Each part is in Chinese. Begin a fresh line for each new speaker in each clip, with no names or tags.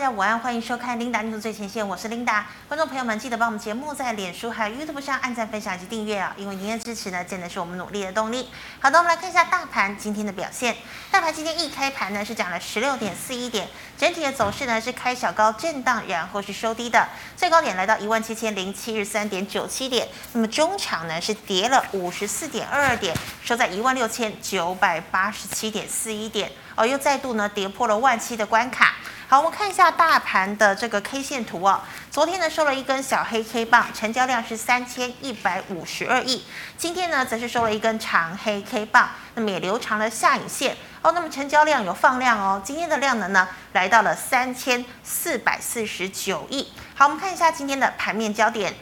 大家午安，欢迎收看《琳达运动最前线》，我是琳达。观众朋友们，记得帮我们节目在脸书还有 YouTube 上按赞、分享及订阅啊，因为您的支持呢，真的是我们努力的动力。好的，我们来看一下大盘今天的表现。大盘今天一开盘呢是涨了十六点四一点，整体的走势呢是开小高震荡，然后是收低的，最高点来到一万七千零七十三点九七点。那么中场呢是跌了五十四点二二点，收在一万六千九百八十七点四一点，哦，又再度呢跌破了万七的关卡。好，我们看一下大盘的这个 K 线图哦。昨天呢收了一根小黑 K 棒，成交量是三千一百五十二亿。今天呢则是收了一根长黑 K 棒，那么也留长了下影线哦。那么成交量有放量哦，今天的量能呢来到了三千四百四十九亿。好，我们看一下今天的盘面焦点。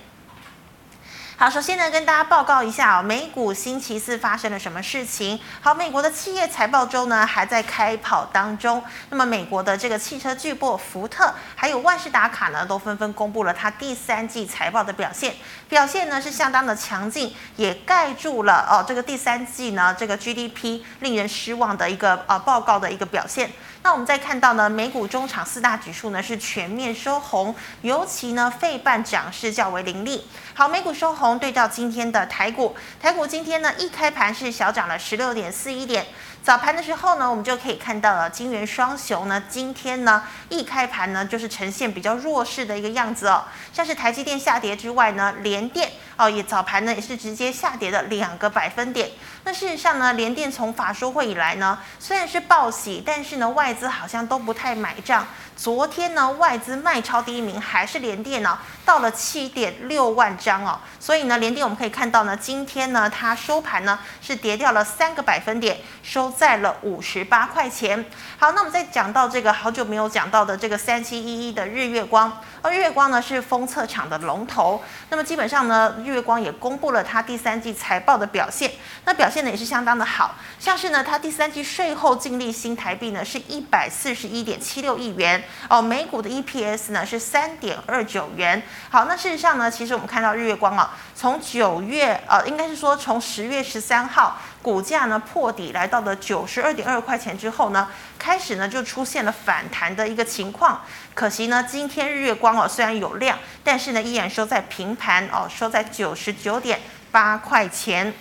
好，首先呢，跟大家报告一下哦，美股星期四发生了什么事情？好，美国的企业财报周呢还在开跑当中。那么，美国的这个汽车巨擘福特还有万事达卡呢，都纷纷公布了它第三季财报的表现，表现呢是相当的强劲，也盖住了哦这个第三季呢这个 GDP 令人失望的一个呃报告的一个表现。那我们再看到呢，美股中场四大指数呢是全面收红，尤其呢费半涨势较为凌厉。好，美股收红，对照今天的台股，台股今天呢一开盘是小涨了十六点四一点。早盘的时候呢，我们就可以看到了金元双雄呢，今天呢一开盘呢就是呈现比较弱势的一个样子哦。像是台积电下跌之外呢，联电哦也早盘呢也是直接下跌了两个百分点。那事实上呢，联电从法说会以来呢，虽然是报喜，但是呢外资好像都不太买账。昨天呢外资卖超第一名还是联电呢、哦，到了七点六万张哦。所以呢联电我们可以看到呢，今天呢它收盘呢是跌掉了三个百分点，收在了五十八块钱。好，那我们再讲到这个好久没有讲到的这个三七一一的日月光，而日月光呢是封测厂的龙头。那么基本上呢，日月光也公布了它第三季财报的表现，那表现呢也是相当的好，像是呢它第三季税后净利新台币呢是一百四十一点七六亿元哦，每股的 EPS 呢是三点二九元。好，那事实上呢，其实我们看到日月光啊，从九月呃，应该是说从十月十三号。股价呢破底来到了九十二点二块钱之后呢，开始呢就出现了反弹的一个情况。可惜呢，今天日月光哦虽然有量，但是呢依然收在平盘哦，收在九十九点八块钱。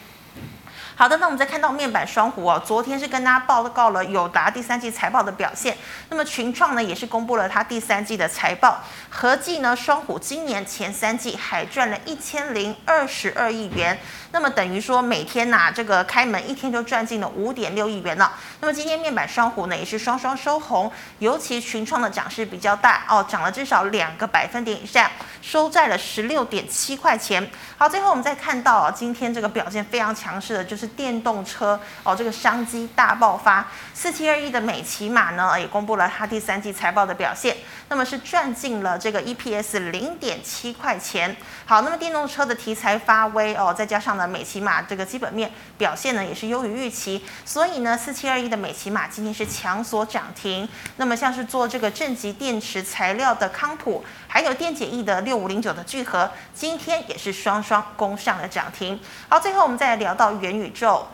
好的，那我们再看到面板双虎哦，昨天是跟大家报告了友达第三季财报的表现，那么群创呢也是公布了它第三季的财报，合计呢双虎今年前三季还赚了一千零二十二亿元，那么等于说每天呐、这个开门一天就赚进了五点六亿元了。那么今天面板双虎呢也是双双收红，尤其群创的涨势比较大哦，涨了至少两个百分点以上，收在了十六点七块钱。好，最后我们再看到啊、哦，今天这个表现非常强势的就是电动车哦，这个商机大爆发。四七二一的美骑马呢，也公布了它第三季财报的表现，那么是赚进了这个 EPS 零点七块钱。好，那么电动车的题材发威哦，再加上呢美骑马这个基本面表现呢也是优于预期，所以呢四七二一的美骑马今天是强锁涨停。那么像是做这个正极电池材料的康普，还有电解液的六五零九的聚合，今天也是双双攻上了涨停。好，最后我们再来聊到元宇宙。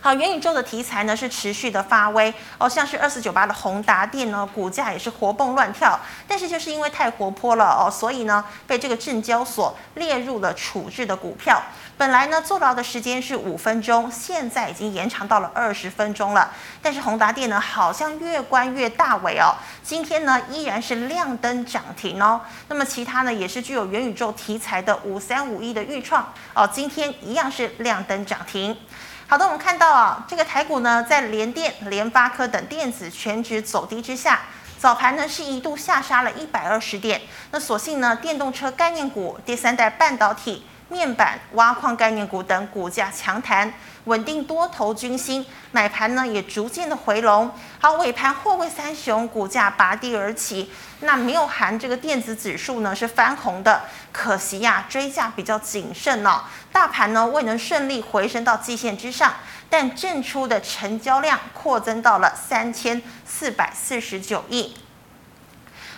好，元宇宙的题材呢是持续的发威哦，像是二四九八的宏达电呢，股价也是活蹦乱跳，但是就是因为太活泼了哦，所以呢被这个证交所列入了处置的股票。本来呢坐牢的时间是五分钟，现在已经延长到了二十分钟了。但是宏达电呢好像越关越大尾哦，今天呢依然是亮灯涨停哦。那么其他呢也是具有元宇宙题材的五三五一的预创哦，今天一样是亮灯涨停。好的，我们看到啊，这个台股呢，在联电、联发科等电子全指走低之下，早盘呢是一度下杀了一百二十点。那所幸呢，电动车概念股、第三代半导体、面板、挖矿概念股等股价强弹，稳定多头军心，买盘呢也逐渐的回笼。好，尾盘货柜三雄股价拔地而起，那没有含这个电子指数呢是翻红的，可惜呀、追价比较谨慎哦。大盘呢未能顺利回升到季线之上，但正出的成交量扩增到了三千四百四十九亿。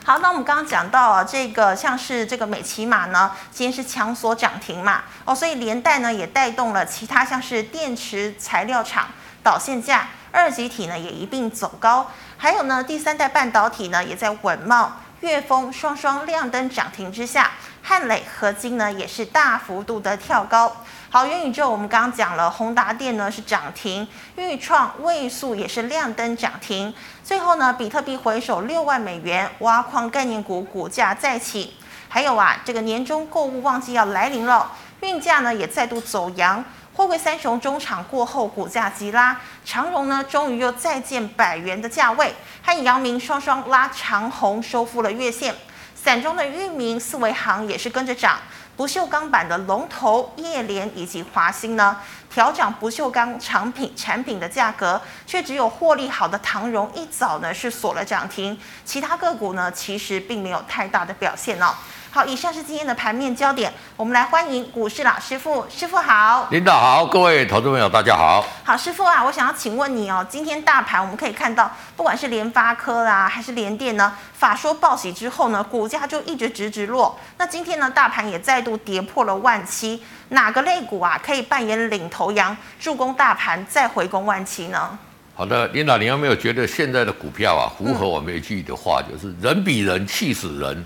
好，那我们刚刚讲到啊，这个像是这个美骑马呢，今天是强锁涨停嘛，哦，所以连带呢也带动了其他像是电池材料厂导线价。二级体呢也一并走高，还有呢第三代半导体呢也在稳茂、岳峰双双亮灯涨停之下，汉磊、合金呢也是大幅度的跳高。好，元宇宙我们刚刚讲了，宏达电呢是涨停，豫创、位数也是亮灯涨停。最后呢，比特币回首六万美元，挖矿概念股股价再起。还有啊，这个年终购物旺季要来临了，运价呢也再度走阳。货柜三雄中场过后，股价急拉，长荣呢终于又再见百元的价位，和阳明双双拉长红，收复了月线。散中的域名、四维行也是跟着涨，不锈钢板的龙头叶联以及华兴呢，调涨不锈钢产品产品的价格，却只有获利好的唐荣一早呢是锁了涨停，其他个股呢其实并没有太大的表现哦。好，以上是今天的盘面焦点，我们来欢迎股市老师傅，师傅好。
领导好，各位投资朋友大家好。
好，师傅啊，我想要请问你哦，今天大盘我们可以看到，不管是联发科啦，还是联电呢，法说报喜之后呢，股价就一直直直落。那今天呢，大盘也再度跌破了万七，哪个类股啊可以扮演领头羊，助攻大盘再回攻万七呢？
好的，领导，你有没有觉得现在的股票啊，符合我们一句的话，就是人比人气死人，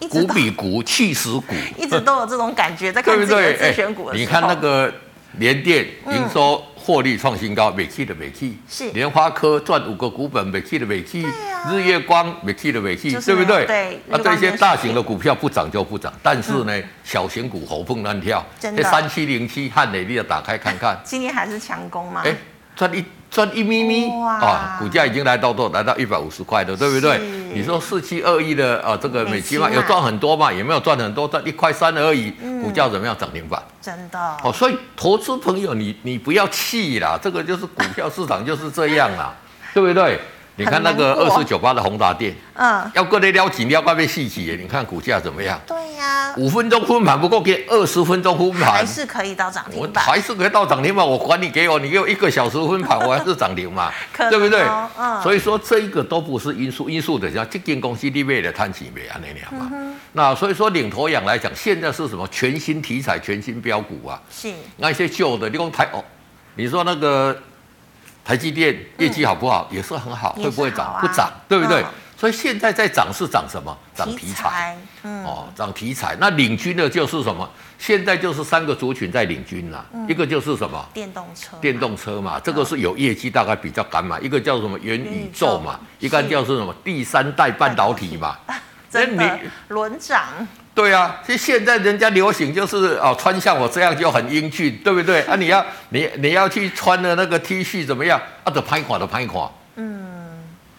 一直
股
都
比股气死股，
一 直都有这种感觉，在看
对
自
不
己的
对？哎
自选股的时候，
你看那个联电营收获利创新高，美气的美气，
嗯是
莲花科赚五个股本，美气的美气，
啊
日月光美气的美气，
就是
对不对？
对日
啊，
光
这些
电
大
视
型的股票不涨就不涨，但是呢，小型股活蹦乱跳。
真
这
的
三七零七汉磊，你要打开看看。
今天还是强攻吗？
哎，赚一赚一咪咪
啊哇
啊，股价已经来到多来到一百五十块了，对不对
是？
你说四七二一的啊，这个
美
美
琪
期
嘛
嘛有赚很多嘛？也没有赚很多，赚一块三而已，
嗯
股价怎么样涨停板？
真的，
哦，所以投资朋友你你不要气啦，这个就是股票市场就是这样 啦，对不对？你看那个
很难
二
过
四九八的宏达电，
嗯，
要过来撩紧，撩快被细起，你看股价怎么样？
对呀、
五分钟分盘不够给二十分钟分盘
还，是可以到涨
我
停板。
还是可以到涨停板，我管你给我，你给我一个小时分盘，我还是涨停嘛
可能哦，
对不对？
嗯
所以说这一个都不是因素，因素的像这间公司利倍的探起没啊那样
嗯
嘛。那所以说领头羊来讲，现在是什么全新题材、全新标股啊？
是，
那一些旧的，你讲台哦，你说那个台积电业绩好不好？也是很好，
嗯也是
会不会涨？
好啊
不涨，对不对？
嗯
所以现在在涨是涨什么？涨题材。，
嗯，
哦，涨题材，那领军的就是什么？现在就是三个族群在领军啦，
嗯
一个就是什么
电动车，
电动车
嗯
嘛，这个是有业绩大概比较敢买，一个叫什么元宇宙嘛，
元宇宙
一个叫是什么第三代半导体嘛。
真
那
的
你
轮涨，
对啊，其实现在人家流行就是哦，穿像我这样就很英俊，对不对？啊，你要你你要去穿的那个 T 恤怎么样？啊，得拍垮的拍垮。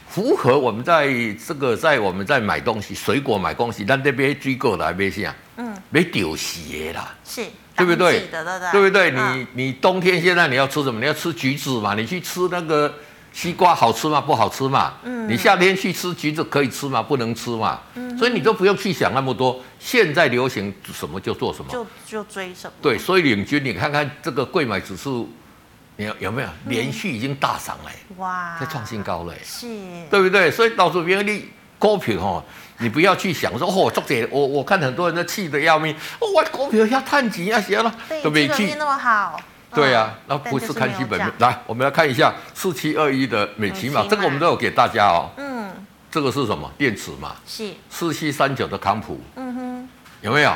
符合我们在这个在我们在买东西，水果买东西，咱这边追过来买啥？
嗯，
买丢鞋啦。
是，
对不对
当季的对
对不对？你、
嗯
你冬天现在你要吃什么？你要吃橘子嘛？你去吃那个西瓜好吃吗？不好吃嘛？嗯，你夏天去吃橘子可以吃吗？不能吃嘛？嗯，所以你都不用去想那么多。现在流行什么就做什么。
就就追什么？
对，所以领军，你看看这个贵买指数，你有有没有
嗯
连续已经大涨了、
哇，
在创新高了、
是，
对不对？所以老师别你股票吼，你不要去想说哦，作者我我看很多人都气得要命，哦，我的股票要探钱啊，些了
对，
都没
基本
去
面。那么好，
对啊呀、
嗯
那不是看基本
但
面。。
就没有涨
来，我们来看一下四七二一的美琪玛
美琪玛，
这个我们都有给大家哦。
嗯，
这个是什么？电池嘛。
是，
四七三九的康普
嗯哼，
有没有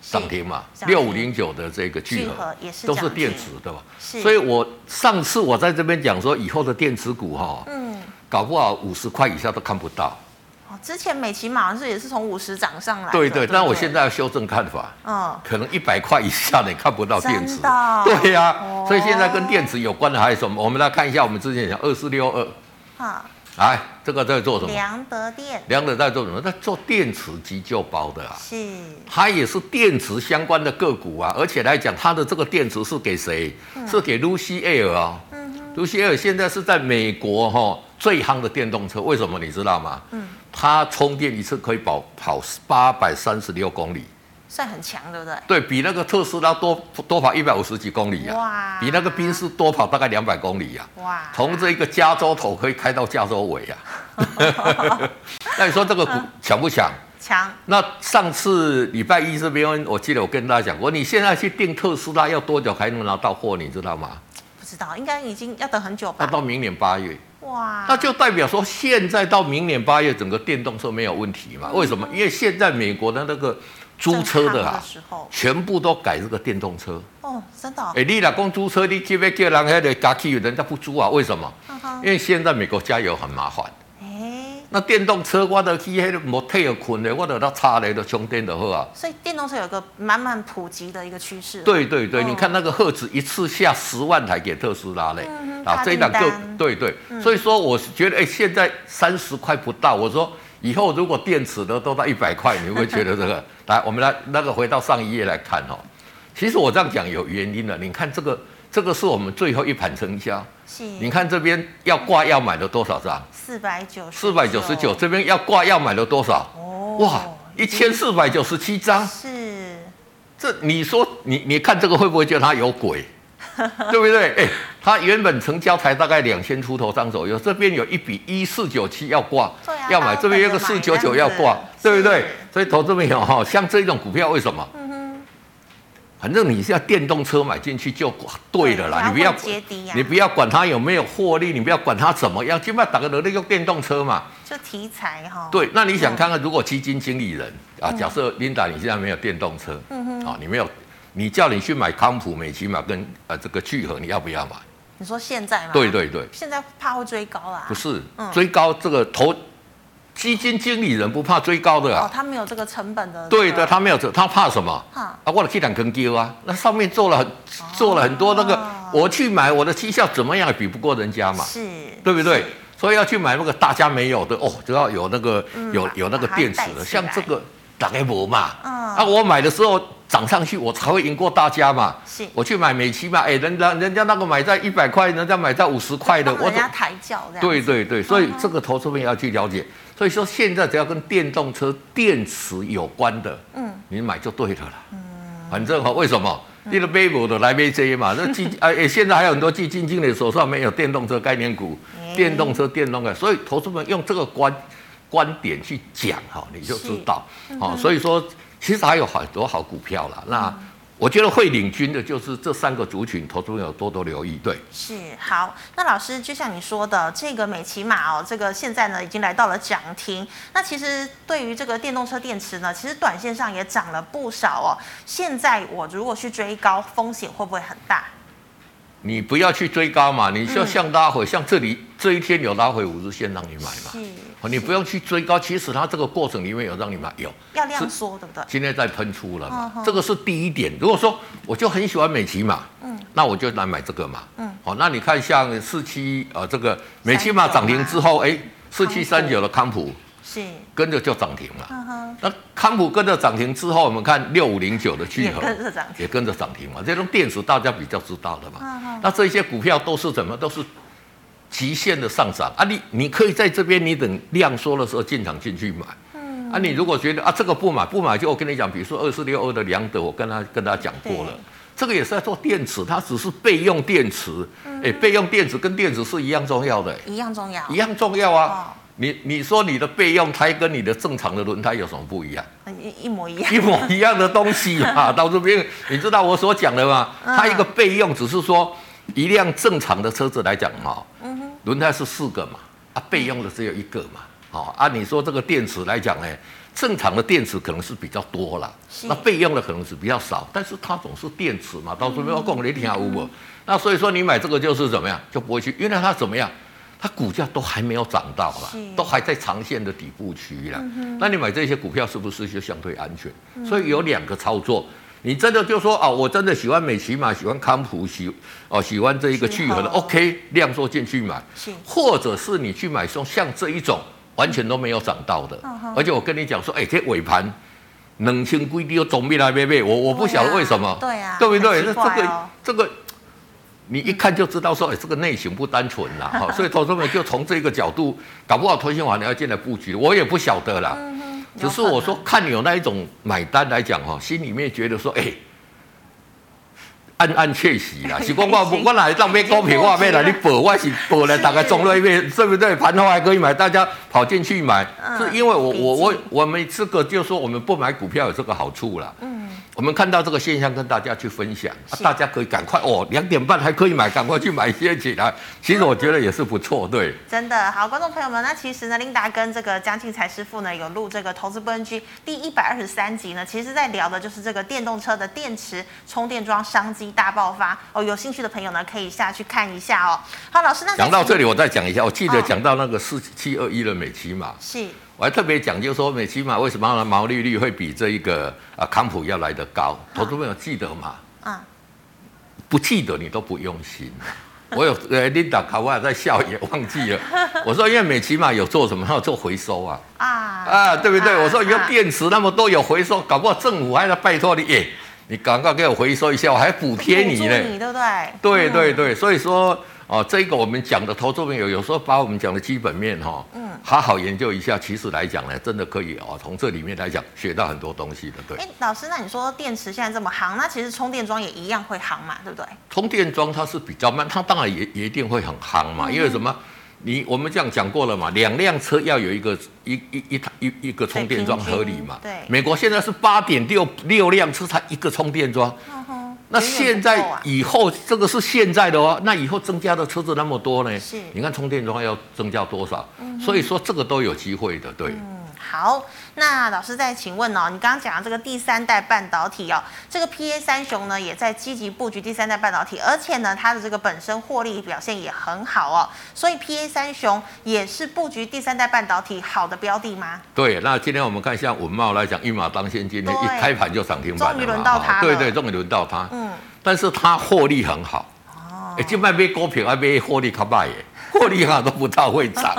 是
涨停嘛？
涨停
六五零九的这个聚
聚
合
合也是
都是
涨停
电池的嘛。
是
所以我上次我在这边讲说，以后的电池股哈、
嗯，
搞不好五十块以下都看不到。
哦，之前美琪马好像是也是从五十涨上来的，
对对，但我
不
现在要修正看法。
嗯，
可能一百块以下你看不到电池
真，的
对呀、
哦
所以现在跟电池有关的还有什么？我们来看一下，我们之前讲二四六二，
哈，
来，这个在做什么？
良德店
梁德在做什么？在做电池急救包的啊，
是
它也是电池相关的个股啊，而且来讲，它的这个电池是给谁？是给 Lucy Air 啊、Lucy Air 现在是在美国哈、最夯的电动车，为什么你知道吗？嗯，它充电一次可以跑跑八百三十六公里，
算很强，对不对？
对比那个特斯拉多多跑一百五十几公里啊，
哇，
比那个宾士多跑大概两百公里啊。
哇，
从这一个加州头可以开到加州尾啊。啊那你说这个股强不强？
强
那上次礼拜一这边，我记得我跟大家讲过，你现在去订特斯拉要多久才能拿到货，你知道吗？
不知知道，应该已经要等很久
那
吧？
到明年八月，
哇，
那就代表说现在到明年八月，整个电动车没有问题嘛？为什么？因为现在美国的那个租车
正
的
夯
啊
的，时候，
全部都改这个电动车。
哦，真的哦，
哎、你老公租车，你这边叫人家的家去，人家不租啊？为什么？
嗯哼
因为现在美国加油很麻烦。
哎，
那电动车我都去迄个 motel 困的，我都那插咧就充电就好啊。
所以电动车有个慢慢普及的一个趋势。，
对对对，
哦
你看那个赫兹一次下十万台给特斯拉嘞
嗯，
啊
大，
这一档
订
个
单嗯
对对，所以说我是觉得，哎，现在三十块不到，我说以后如果电池的都到一百块，你会不会觉得这 个？来，我们来那个回到上一页来看哦。其实我这样讲有原因的，啊你看这个，这个是我们最后一盘成交，
是，
你看这边要挂要买了多少张？
四百九十，
四百九十九，，这边要挂要买了多少？
哦，
哇，一千四百九十七张，
是，
这你说你你看这个会不会觉得它 有鬼？对不对？哎、它原本成交才大概两千出头张左右，这边有一笔一四九七要挂，
对啊
要买，
大部
这
分
边有个
就买
四九九要
这样
挂
子，
对不对
是？
所以投资朋友哈，像这种股票为什么？
嗯哼，
反正你是要电动车买进去就对了啦，
对
你不要
然后会接低呀
你不要管它有没有获利，你不要管它怎么样，就把打个能力用电动车嘛。
就题材哈，，
对，那你想看
嗯
看，如果基金经理人啊，假设 Linda 你现在没有电动车，
嗯哼
啊，你没有，你叫你去买康普、美骑马跟呃这个聚合，你要不要买？
你说现在嘛，
对，对对，
现在怕会追高啦，
不是
嗯
追高这个投基金经理人不怕追高的
哦
啊，，
他们有这个成本的，
对的，，他没有这，他怕什么？
哦啊哈，
啊，我的 K 两跟丢啊，那上面做了很做了很多那个，
哦
我去买我的绩效怎么样也比不过人家嘛，
是，
对不对
是？？
所以要去买那个大家没有的哦，只要有那个
嗯
有
把
有那个
把它
电池
带
的，
起
像这
来
个打开膜嘛，
嗯
啊，我买的时候涨上去，我才会赢过大家嘛。
是
我去买美琪嘛，哎、人家人家那个买在一百块，人家买在五十块的，
帮
我
人
怎
家抬轿这样，
对，对对，所以
嗯哼
这个投资朋友要去了解。所以说现在只要跟电动车电池有关的，
嗯，
你买就对了啦。嗯，反正哈、为什么？你的 b a b 的来 b 这些嘛，那基 哎、哎现在还有很多基金经理手上没有电动车概念股，
哎
电动车电动的，所以投资们用这个观观点去讲哈，你就知道。
嗯
好、所以说其实还有很多好股票啦。那我觉得会领军的就是这三个族群，投资朋友多多留意。对。
是好。那老师，就像你说的，这个美骑马哦，这个现在呢已经来到了涨停。那其实对于这个电动车电池呢，其实短线上也涨了不少哦。现在我如果去追高，风险会不会很大？
你不要去追高嘛，你就
嗯
像拉回，像这里这一天有拉回五日线让你买嘛，
是，
哦你不用去追高，其实它这个过程里面有让你买，有
要量缩，对不对？
今天在喷出了嘛
嗯，哼
这个是第一点。如果说我就很喜欢美琪嘛，
嗯，
那我就来买这个嘛，
嗯，
好、那你看像四七呃这个美琪嘛
39
涨停之后，哎，四七
康
三
普
九的康普
是，
跟着就涨停了。
嗯哼，
那康普跟着涨停之后，我们看六五零九的聚
也
合
跟着涨停。
也跟着涨停嘛。这种电子大家比较知道的嘛。
嗯嗯
那这些股票都是怎么都是极限的上涨啊你！你可以在这边你等量缩的时候进场进去买。
嗯
啊，你如果觉得啊这个不买不买，就我跟你讲，比如说二四六二的良德，我跟他跟他讲过了
对。
这个也是在做电池，它只是备用电池。
嗯
哎、备用电池跟电池是一样重要的、
一样重要
一，样重要啊
哦。
你你说你的备用胎跟你的正常的轮胎有什么不一样？
嗯一一模一样。
一模一样的东西 嘛，到这边你知道我所讲的吗？
嗯
它一个备用只是说一辆正常的车子来讲哈，
嗯哼，
轮胎是四个嘛，啊备用的只有一个嘛，
嗯
好啊你说这个电池来讲呢，正常的电池可能是比较多啦
是，
那备用的可能是比较少，但是它总是电池嘛，到这边要供你听有
嗯
无？那所以说你买这个就是怎么样就不会去，因为它怎么样？它股价都还没有涨到啦
是，
都还在长线的底部区啦。那你买这些股票是不是就相对安全？所以有两个操作，你真的就说啊、我真的喜欢美骑马，喜欢康普，喜哦喜欢这一个聚合
聚
的
合
，OK，量缩进去买，
是
或者是你去买说像这一种完全都没有涨到的
嗯哼，
而且我跟你讲说，哎、这尾盘。冷清规定又总没来没被，我我不晓得为什么，
对啊
对不对？
很
那
奇怪
这个、
哦
这个你一看就知道说，哎、这个内情不单纯啦， 哈、所以投资们就从这个角度，搞不好投信法你要进来布局，我也不晓得啦。
嗯哼，
只是我说，看啊有那一种买单来讲哈，心里面觉得说，哎、暗暗窃喜啦，是讲我我我哪来当买股 票，我买来你博，我是博来大概中了一遍，对不对？盘后还可以买，大家跑进去买，
嗯
是因为我我我
理解
我们这个就是说我们不买股票有这个好处啦。
嗯，
我们看到这个现象，跟大家去分享，啊
是
大家可以赶快哦，两点半还可以买，赶快去买一些起来。其实我觉得也是不错，对。
真的好，观众朋友们，那其实呢，琳达跟这个江庆财师傅呢有录这个《投资不 NG》第一百二十三集呢，其实在聊的就是这个电动车的电池充电桩商机大爆发哦。有兴趣的朋友呢，可以下去看一下哦。好，老师，那
讲到这
里
里，我再讲一下，我记得
哦
讲到那个四七二一的美骑马，
是
我还特别讲，就是说美骑马为什么它的毛利率会比这一个啊康普要来得高？投资朋友记得吗？
啊，
不记得你都不用 心。我有呃，Linda 卡瓦在笑，也忘 记了。我说，因为美骑马有做什么？它有做回收啊，
啊
啊，对不对？我说以后
啊
电池那么多有回收，搞不好政府还在拜托你，耶，你赶快给我回收一下，我还补贴你呢
补。助你对不对？
对
嗯
对对，所以说哦，这个我们讲的投资朋友，有时候把我们讲的基本面哈、哦，嗯，好好研究一下，其实来讲呢，真的可以哦，从这里面来讲学到很多东西的。对，
哎，老师，那你说电池现在这么行，那其实充电桩也一样会行嘛，对不对？
充电桩它是比较慢，它当然也也一定会很夯
嗯
嘛，因为什么？你我们这样讲过了嘛，两辆车要有一个一一一台一一个充电桩合理嘛。
对平均对
美国现在是八点六六辆车才一个充电桩，
嗯哼
那
远远
现
不
在
够啊
以后这个是现在的哦，那以后增加的车子那么多呢？
是
你看充电桩要增加多少？所以说这个都有机会的，对。
嗯，好，那老师再请问哦，你刚刚讲的这个第三代半导体哦，这个 PA 三雄呢也在积极布局第三代半导体，而且呢它的这个本身获利表现也很好哦，所以 PA 三雄也是布局第三代半导体好的标的吗？
对，那今天我们看像文茂来讲，一马当先，今天
对
一开盘就涨停板了嘛，
终于轮到它
哦
了
对对，终于轮到它。
嗯，
但是它获利很好。
哦，
哎，今卖买股票还买获利较歹耶， 获利哈都不到会 涨。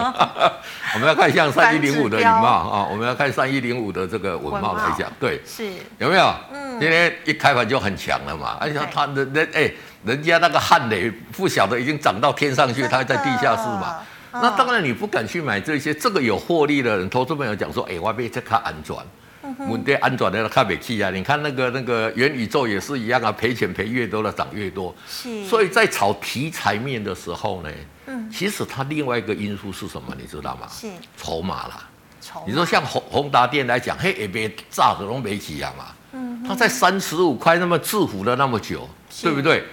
我们要看像三一零五
反指
的云
标
茂啊，我们要看三一零五的这个文茂
文
来
茂
讲，对，
是
有没有？
嗯
今天一开盘就很强了嘛，而且
对
它人人哎，人家那个汉磊不晓得已经涨到天上去，它还在地下室嘛。
真的嗯
那当然你不敢去买这些，这个有获利的人，投资朋友讲说，哎、我被这卡安转。
嗯
我对安转的看不起啊！你看那个那个元宇宙也是一样啊，赔钱赔越多了涨越多。
是，
所
以
以在炒题材面的时候呢，
嗯
其实它另外一个因素是什么，你知道吗？
是
筹码啦。
筹，
你说像宏宏达电来讲，嘿，也别炸的都没起啊嘛，
嗯
它在三十五块那么制服了那么久，
是
对不对？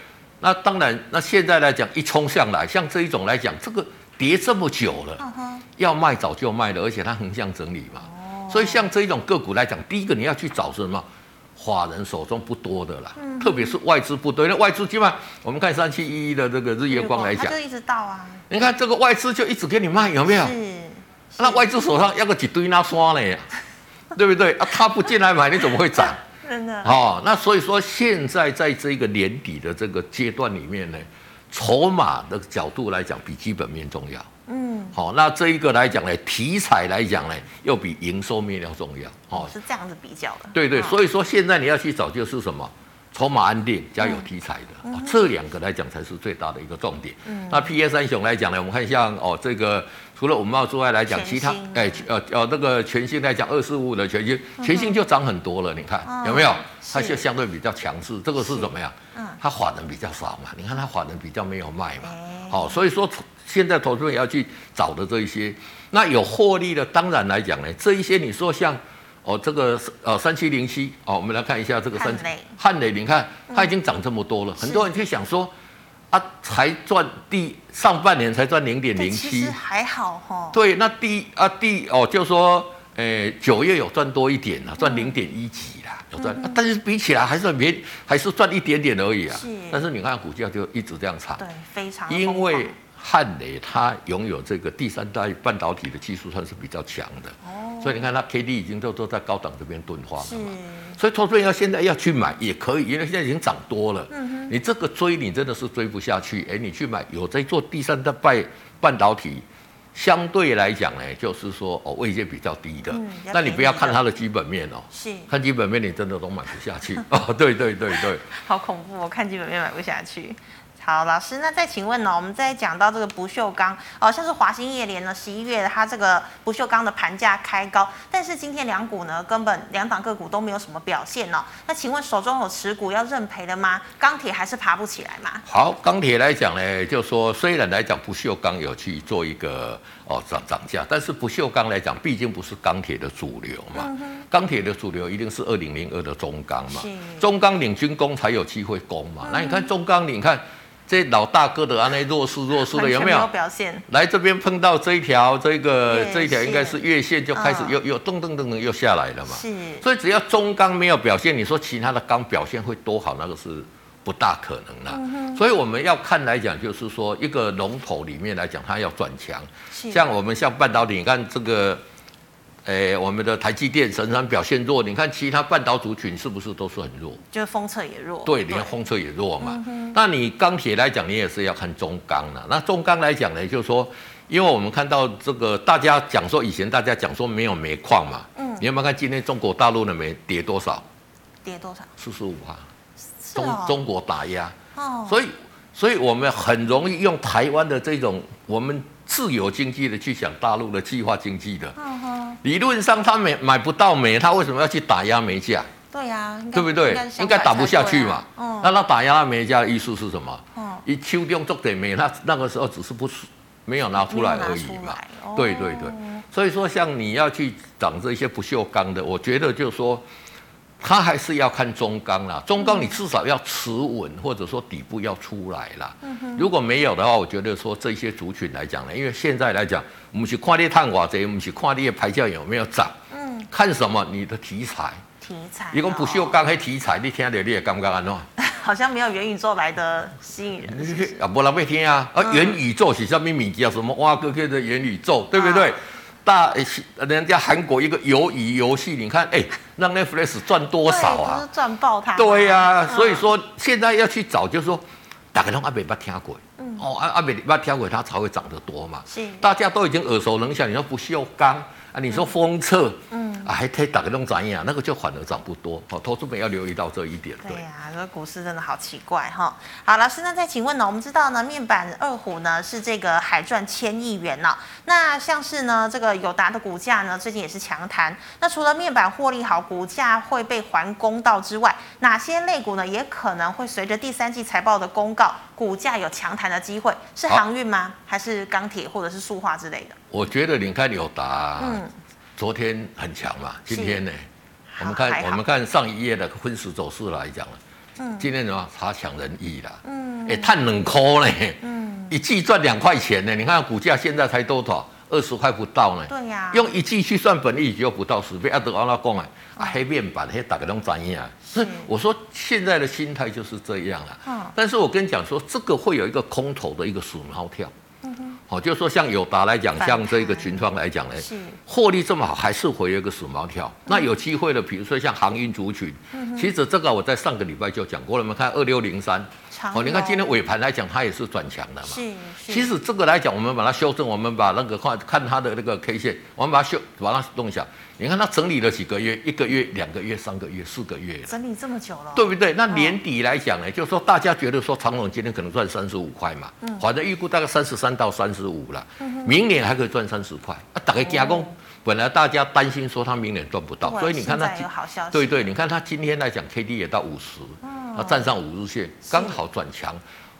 那当然，那现在来讲一冲上来，像这一种来讲，这个跌这么久了，
嗯哼，
要卖早就卖了，而且它横向整理嘛。
哦
所以像这种个股来讲，第一个你要去找什么？法人手中不多的啦，
嗯
特别是外资不多，因为外资基本上我们看三七一一的这个日月光来讲
它，就一直到啊，
你看这个外资就一直给你卖，有没有？
是，
啊那外资手上要个几堆那刷呢，对不对？啊，他不进来买，你怎么会涨？
真的
哦，那所以说现在在这个年底的这个阶段里面呢，筹码的角度来讲比基本面重要。
嗯。
好、那这一个来讲呢，题材来讲呢，又比营收面料重要。哦，
是这样子比较的，
对对，
嗯
所以说现在你要去找就是什么？筹码安定加有题材的、
嗯
哦，这两个来讲才是最大的一个重点。那 P A 三雄来讲呢，我们看像哦这个除了五茂之外来讲，
全
其
新
他哎呃呃那个全新来讲二四五的全新，全新就涨很多了，你看、
嗯
有没有？它
是
就相对比较强势，这个是怎么样？
嗯
它法人比较少嘛，你看它法人比较没有卖嘛
哎，
好、所以说现在投资人要去找的这一些，那有获利的，当然来讲呢，这一些你说像哦这个呃三七零七哦，我们来看一下这个三
汉磊嗯
汉磊，你看它已经涨这么多了，很多人去想说啊，才赚第上半年才赚零点
对
零
其
七
实，还好哈，
对，那第啊第哦就说。诶，九月有赚多一点
嗯
啦，赚零点一几啦，有赚，啊但是比起来还是没，还是赚一点点而已啊。
是
但是你看股价就一直这样涨。
对，非常疯
因
狂
为汉磊它拥有这个第三代半导体的技术算是比较强的，
哦
所以你看它 K D 已经都都在高档这边钝化
是
了嘛。所以投资人要现在要去买也可以，因为现在已经涨多了，
嗯
你这个追你真的是追不下去。哎，你去买有在做第三代半半导体，相对来讲呢，就是说哦位阶比较低的
嗯比较，
那你不要
便宜的
看它的基本面哦，
是
看基本面你真的都买不下去哦。对对对对。
好恐怖，我看基本面买不下去。好，老师，那再请问哦呢？我们再讲到这个不锈钢哦，像是华兴业联呢，十一月它这个不锈钢的盘价开高，但是今天两股呢，根本两档个股都没有什么表现哦。那请问手中有持股要认赔的吗？钢铁还是爬不起来嘛？
好，钢铁来讲呢，就说虽然来讲不锈钢有去做一个哦涨涨价，但是不锈钢来讲，毕竟不是钢铁的主流嘛。钢铁的主流一定是二零零二的中钢嘛
嗯是，嗯
中钢领军工才有机会攻嘛。那你看中钢，你看这老大哥的安内弱势弱势
完
的
全
有没
没有
有？
表现？
来这边碰到这一条这个
月
这一条应该
线
是月线就开始
嗯
又、又噔噔噔噔又下来了嘛。
是，
所以只要中钢没有表现，你说其他的钢表现会多好，那个是不大可能啦。所以我们要看来讲，就是说一个龙头里面来讲，它要转强。
是
像我们像半导体，你看这个，诶、我们的台积电、神山表现弱，你看其他半导体族群是不是都是很弱？
就是封测也弱，
对，连风车也弱
嗯
嘛。那你钢铁来讲，你也是要看中钢了。那中钢来讲呢，就是说，因为我们看到这个大家讲说，以前大家讲说没有煤矿嘛，
嗯
你有没有看今天中国大陆的煤跌多少？
跌多少？
四十五啊，
是
中、
哦，
中国打压，
哦，
所以所以我们很容易用台湾的这种我们自由经济的去想大陆的计划经济的。
嗯哼，
理论上他买买不到煤，他为什么要去打压煤价？
对呀，应该
对不对？应该打不下去嘛。那
嗯，
他打压煤价的意思是什么？
哦，
一秋中做点煤，那那个时候只是不是没有拿出来而已
没有拿出
嘛
来哦。
对对对，所以说像你要去涨这些不锈钢的，我觉得就是说，它还是要看中钢啦。中钢你至少要持稳，或者说底部要出来啦。
嗯
如果没有的话，我觉得说这些族群来讲呢，因为现在来讲，我们去看你碳瓦贼，我们去看你的牌价有没有涨，
嗯，
看什么你的题材。
题材，
哎
哦
你讲不锈，钢迄题材，你听着你也感觉安怎？
好像没有元宇宙来的吸引人，是不是
啊，无人要听啊！啊，元宇宙是什么物件？什么哇哥哥的元宇宙，对不对？
啊
大人家韩国一个鱿鱼游戏，你看，哎、让 Netflix 赚多少
对
啊？
就是赚爆它。
对呀、
嗯
所以说现在要去找，就是说，大家都阿没捌听过，哦，阿阿没捌听过，它才会涨得多嘛。
是
大家都已经耳熟能详，你说不锈钢啊，你说封测，嗯，啊，还可以打个弄涨呀，那个就反而涨不多。哦，投资者要留意到这一点，对
对。呀、这股市真的好奇怪哈。好，老师，那再请问呢？我们知道呢，面板二虎呢是这个海赚千亿元呢、那像是呢这个友达的股价呢，最近也是强弹。那除了面板获利好，股价会被还公道之外，哪些类股呢也可能会随着第三季财报的公告，股价有强弹的机会？是
好
航运吗？还是钢铁或者是塑化之类的？
我觉得你看友达，
嗯
昨天很强嘛，
是
今天呢，我们
还
看
好
我们看上一页的分时走势来讲了，啊
嗯
今天怎么差强人意啦？
嗯
哎、探冷抠呢，
嗯，
一季赚两块钱呢，你看股价现在才多少，二十块不到呢。
对啊呀、
用一季去算本益就不到十倍，啊，都安那讲啊，啊黑面板黑打个拢怎样？
嗯是
是 我说现在的心态就是这样啊。
嗯
但是我跟你讲说，这个会有一个空头的一个鼠猫跳。好、就是说像友达来讲，
嗯反弹
像这个群创来讲呢
是，
获利这么好，还是回有一个鼠毛跳。
嗯
那有机会的，比如说像航运族群，其实这个我在上个礼拜就讲过了。我们看二六零三，
长
哦，你看
荣
今天尾盘来讲，它也是转强的嘛。
是是，
其实这个来讲，我们把它修正，我们把那个看看它的那个 K 线，我们把它修把它弄一下。你看它整理了几个月，一个月、两个月、三个月、四个月了，
整理这么久了，
对不对？那年底来讲
嗯
呢，就是说大家觉得说长隆今天可能赚三十五块嘛，
嗯
反正预估大概三十三到三十五了，明年还可以赚三十块。啊，打个加工，本来大家担心说它明年赚不到，
对
所以你看它
哦现在有好消息，
对对，你看它今天来讲，K D 也到五十、
哦
它站上五日线，刚好转强，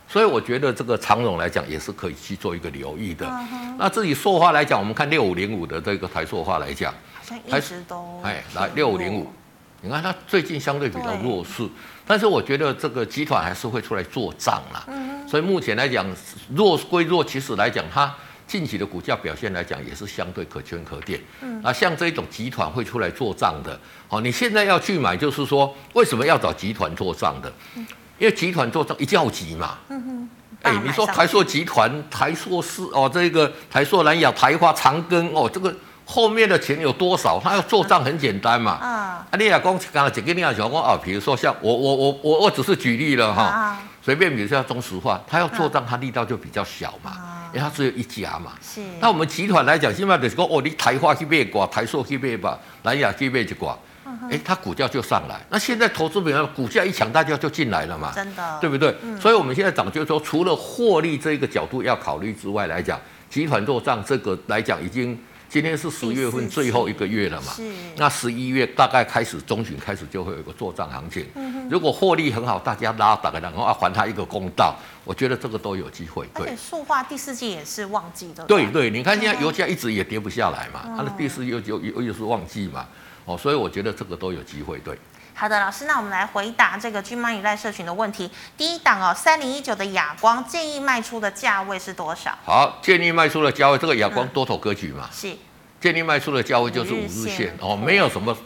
所以我觉得这个长荣来讲也是可以去做一个留意的。
嗯
那至于塑化来讲，我们看六五零五的这个台塑化来讲，
好像一
还
直都
哎，来
挺
六
弱
五零五，你看它最近相对比较
哦对
弱势，但是我觉得这个集团还是会出来做账啦。所以目前来讲，弱归弱，其实来讲它。近期的股价表现来讲，也是相对可圈可点。嗯，啊，像这种集团会出来做账的，好、你现在要去买，就是说为什么要找集团做账的？因为集团做账一较急嘛。嗯
大
哎、
买
你说
上
台塑集团、台塑是哦，这个台塑、南亚、台化、长庚哦，这个后面的钱有多少？他要做账很简单嘛。
啊，
啊，你也讲刚才几个你也讲讲啊，比如说像我我我我我只是举例了哈
啊，嗯
随便比如说像中石化，它要做账，它力道就比较小嘛。
啊，
因为它只有一家嘛。
是，
那我们集团来讲，现在就是说，哦，你台化去卖寡，台塑去卖吧，南亚去卖一寡，
嗯
哎、它股价就上来。那现在投资朋友股价一强，大家就进来了嘛，
真的，
对
不
不对？所以我们现在讲就是说，除了获利这一个角度要考虑之外来讲，集团做账这个来讲，已经今天是十月份
第四
最后一个月了嘛。
是，
那十一月大概开始中旬开始就会有一个做账行情，
嗯
如果获利很好，大家拉打个然后啊还他一个公道，我觉得这个都有机会。
而
对
且，塑化第四季也是旺季，对不
对
对？
对，你看现在油价一直也跌不下来嘛，
哦
它的第四又又又又是旺季嘛，哦，所以我觉得这个都有机会。对，
好的，老师，那我们来回答这个君妈与赖社群的问题。第一档哦，三零一九的亚光建议卖出的价位是多少？
好，建议卖出的价位，这个亚光
嗯
多头格局嘛，
是，
建议卖出的价位就是五
五
日
日
线
线
哦，没有什么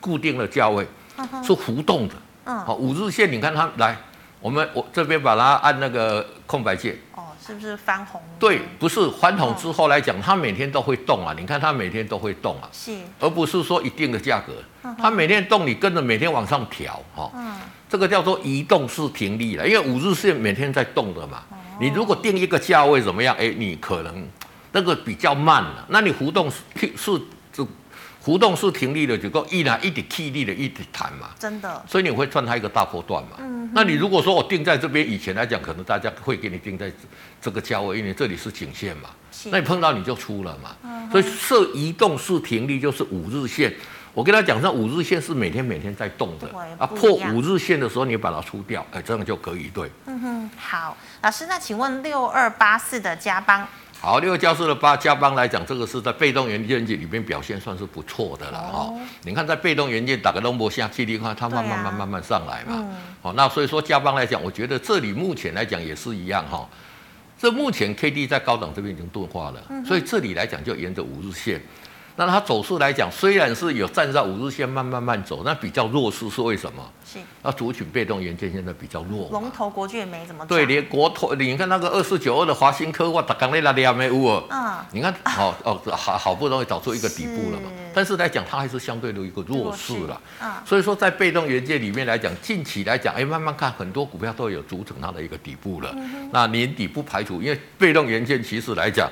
固定的价位，
嗯哼
是浮动的。
嗯，
好，五日线你看它来，我们我这边把它按那个空白键。
哦，是不是翻红？
对，，不是翻桶之后来讲，它每天都会动啊。你看它每天都会动啊，
是，
而不是说一定的价格，它每天动，你跟着每天往上调哈、哦。
嗯，
这个叫做移动式停利了，因为五日线每天在动的
哦
嘛。你如果定一个价位怎么样？哎，你可能那个比较慢了、那你浮动式是这浮动式停利的，就够一来一直踢力的，一直弹嘛。
真的，
所以你会赚它一个大波段嘛。
嗯
那你如果说我定在这边，以前来讲，可能大家会给你定在这这个价位，因为这里是颈线嘛。
是
那你碰到你就出了嘛。所以设移动式停利就是五日线。我跟他讲，那五日线是每天每天在动的
对
啊，
不一
破
样
五日线的时候你把它出掉，哎，这样就可以对。
嗯哼，好，老师，那请问六二八四的加邦，
好，六教室的八加邦来讲，这个是在被动元件里面表现算是不错的了
哦
哦。你看在被动元件打个龙博下去，你看它慢
对
慢
啊
慢慢慢慢上来嘛。
嗯
哦，那所以说加邦来讲，我觉得这里目前来讲也是一样哈、哦。这目前 K D 在高档这边已经钝化了，
嗯
所以这里来讲就沿着五日线。那它走势来讲，虽然是有站在五日线慢慢慢走，那比较弱势是为什么？
是
那族群被动元件现在比较弱嘛，
龙头国巨也没怎么
对，
涨，
连国投，你看那个二四九二的华新科，我打刚那拉里亚没有哦。
嗯，
你看，好哦，好好不容易找出一个底部了嘛
是，
但是来讲，它还是相对的一个弱势了。
嗯，
所以说，在被动元件里面来讲，近期来讲，哎，慢慢看，很多股票都有组成它的一个底部了。那年底不排除，因为被动元件其实来讲，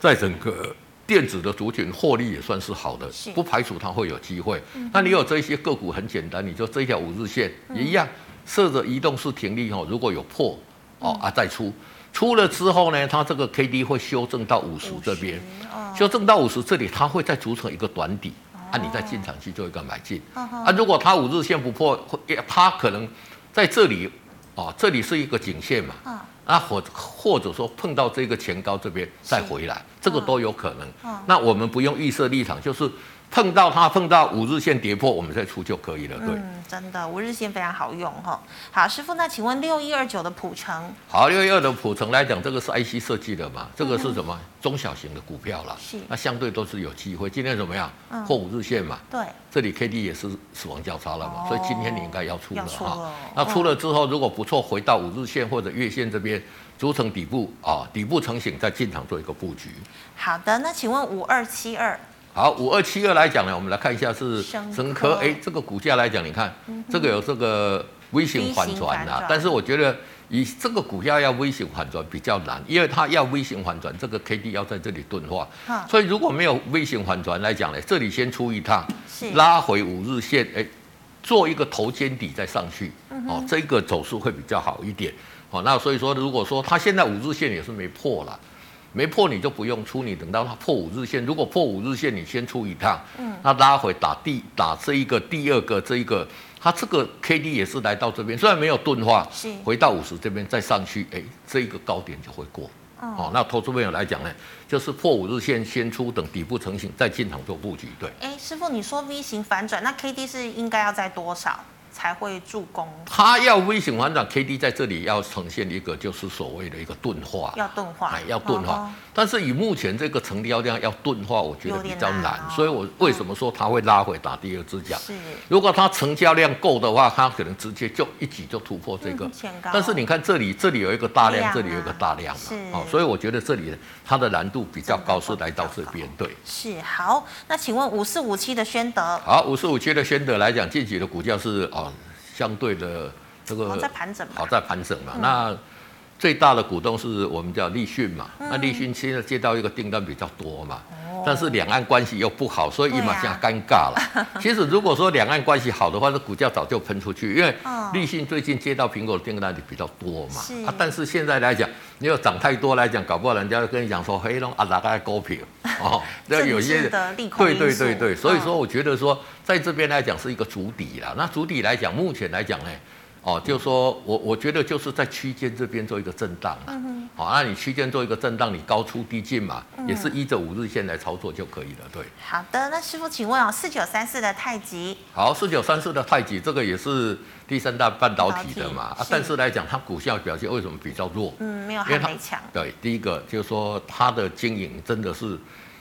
在整个电子的族群获利也算是嗯好的
是，
不排除它会有机会。那你有这些个股很简单，你就这一条五日线也一样，设着移动式停利哦，如果有破哦啊再出，出了之后呢，它这个 K D 会修正到五十这边。
50，哦
修正到五十这里，它会再组成一个短底，啊，你再进场去做一个买进。
嗯
啊，如果它五日线不破，会它可能在这里，哦，这里是一个颈线嘛，
嗯
啊，或或者说碰到这个前高这边再回来，这个都有可能。
嗯
那我们不用预设立场，就是碰到它碰到五日线跌破，我们再出就可以了。对，
嗯，真的五日线非常好用哈。好，师傅，那请问六一二九的普成
好，六一二的普成来讲，这个是 IC 设计的嘛，这个是什么、中小型的股票啦，
是嗯
那相对都是有机会。今天怎么样？破五日线嘛。
对
这里 K D 也是死亡交叉了
哦
嘛，所以今天你应该要出了
要出了哦
哈。那出了之后，如果不错，回到五日线或者月线这边，组成底部啊，底部成型再进场做一个布局。
好的，那请问五二七二
好，五二七二来讲呢，我们来看一下是
生
神
科嗯
科，哎，这个股价来讲，你看、这个有这个微型反转
微型反
啊
转，
但是我觉得以这个股价要微型反转比较难，因为它要微型反转，这个 K D 要在这里钝化，
嗯
所以如果没有微型反转来讲呢，这里先出一趟，
是
拉回五日线，哎，做一个头肩底再上去，
嗯
哦，这个走势会比较好一点。哦，那所以说，如果说它现在五日线也是没破了，没破你就不用出，你等到它破五日线，如果破五日线，你先出一趟，嗯，那拉回打第打这一个第二个这一个，它这个 K D 也是来到这边，虽然没有钝化，
是
回到五十这边再上去，哎，这一个高点就会过。哦，那投资朋友来讲呢，就是破五日线先出，等底部成型再进场做布局，对。
哎，师傅，你说 V 型反转，那 K D 是应该要在多少才会助攻？
它要微型反转，K D 在这里要呈现一个就是所谓的一个钝化，
要钝化
哎，要钝化。
哦
但是以目前这个成交量要钝化，我觉得比较
有点
难，
难哦
所以我为什么说它会拉回打第二只脚？
是
如果它成交量够的话，它可能直接就一举就突破这个。
嗯前高
但是你看这里，这里有一个大量，
量啊
这里有一个大量嘛哦
是，
所以我觉得这里它的难度比较高，是
真的
来到这边对。
是好，那请问五四五七的宣德，
好，五十五区的宣德来讲，近期的股价是哦，相对的这个、
哦在盘整吧
嗯好在盘整嘛。那最大的股东是我们叫立讯嘛，那立讯现在接到一个订单比较多嘛，但是两岸关系又不好，所以
对
一
啊
马现在尴尬了。 其实如果说两岸关系好的话，那股价早就喷出去，因为
哦
立讯最近接到苹果的订单也比较多嘛
是，
啊，嗯但是现在来讲，你要涨太多来讲，搞不好人家就跟你讲说，黑龙啊，哪个股票哦， 那有些
政治的利空
对
因
对
素
对对，所以
嗯
说我觉得说，在这边来讲是一个主底啦。那主底来讲，目前来讲呢，哦，就说我我觉得就是在区间这边做一个震荡啦。
嗯
好、那你区间做一个震荡，你高出低进嘛，
嗯
也是依着五日线来操作就可以了。对，
好的，那师傅，请问哦，四九三四的太极，
好，四九三四的太极这个也是第三大半导体的嘛，
半导体
啊
是，
但是来讲它股价表现为什么比较弱？
嗯，没有
因为
汉
它
美强，
对，第一个就是说它的经营真的是，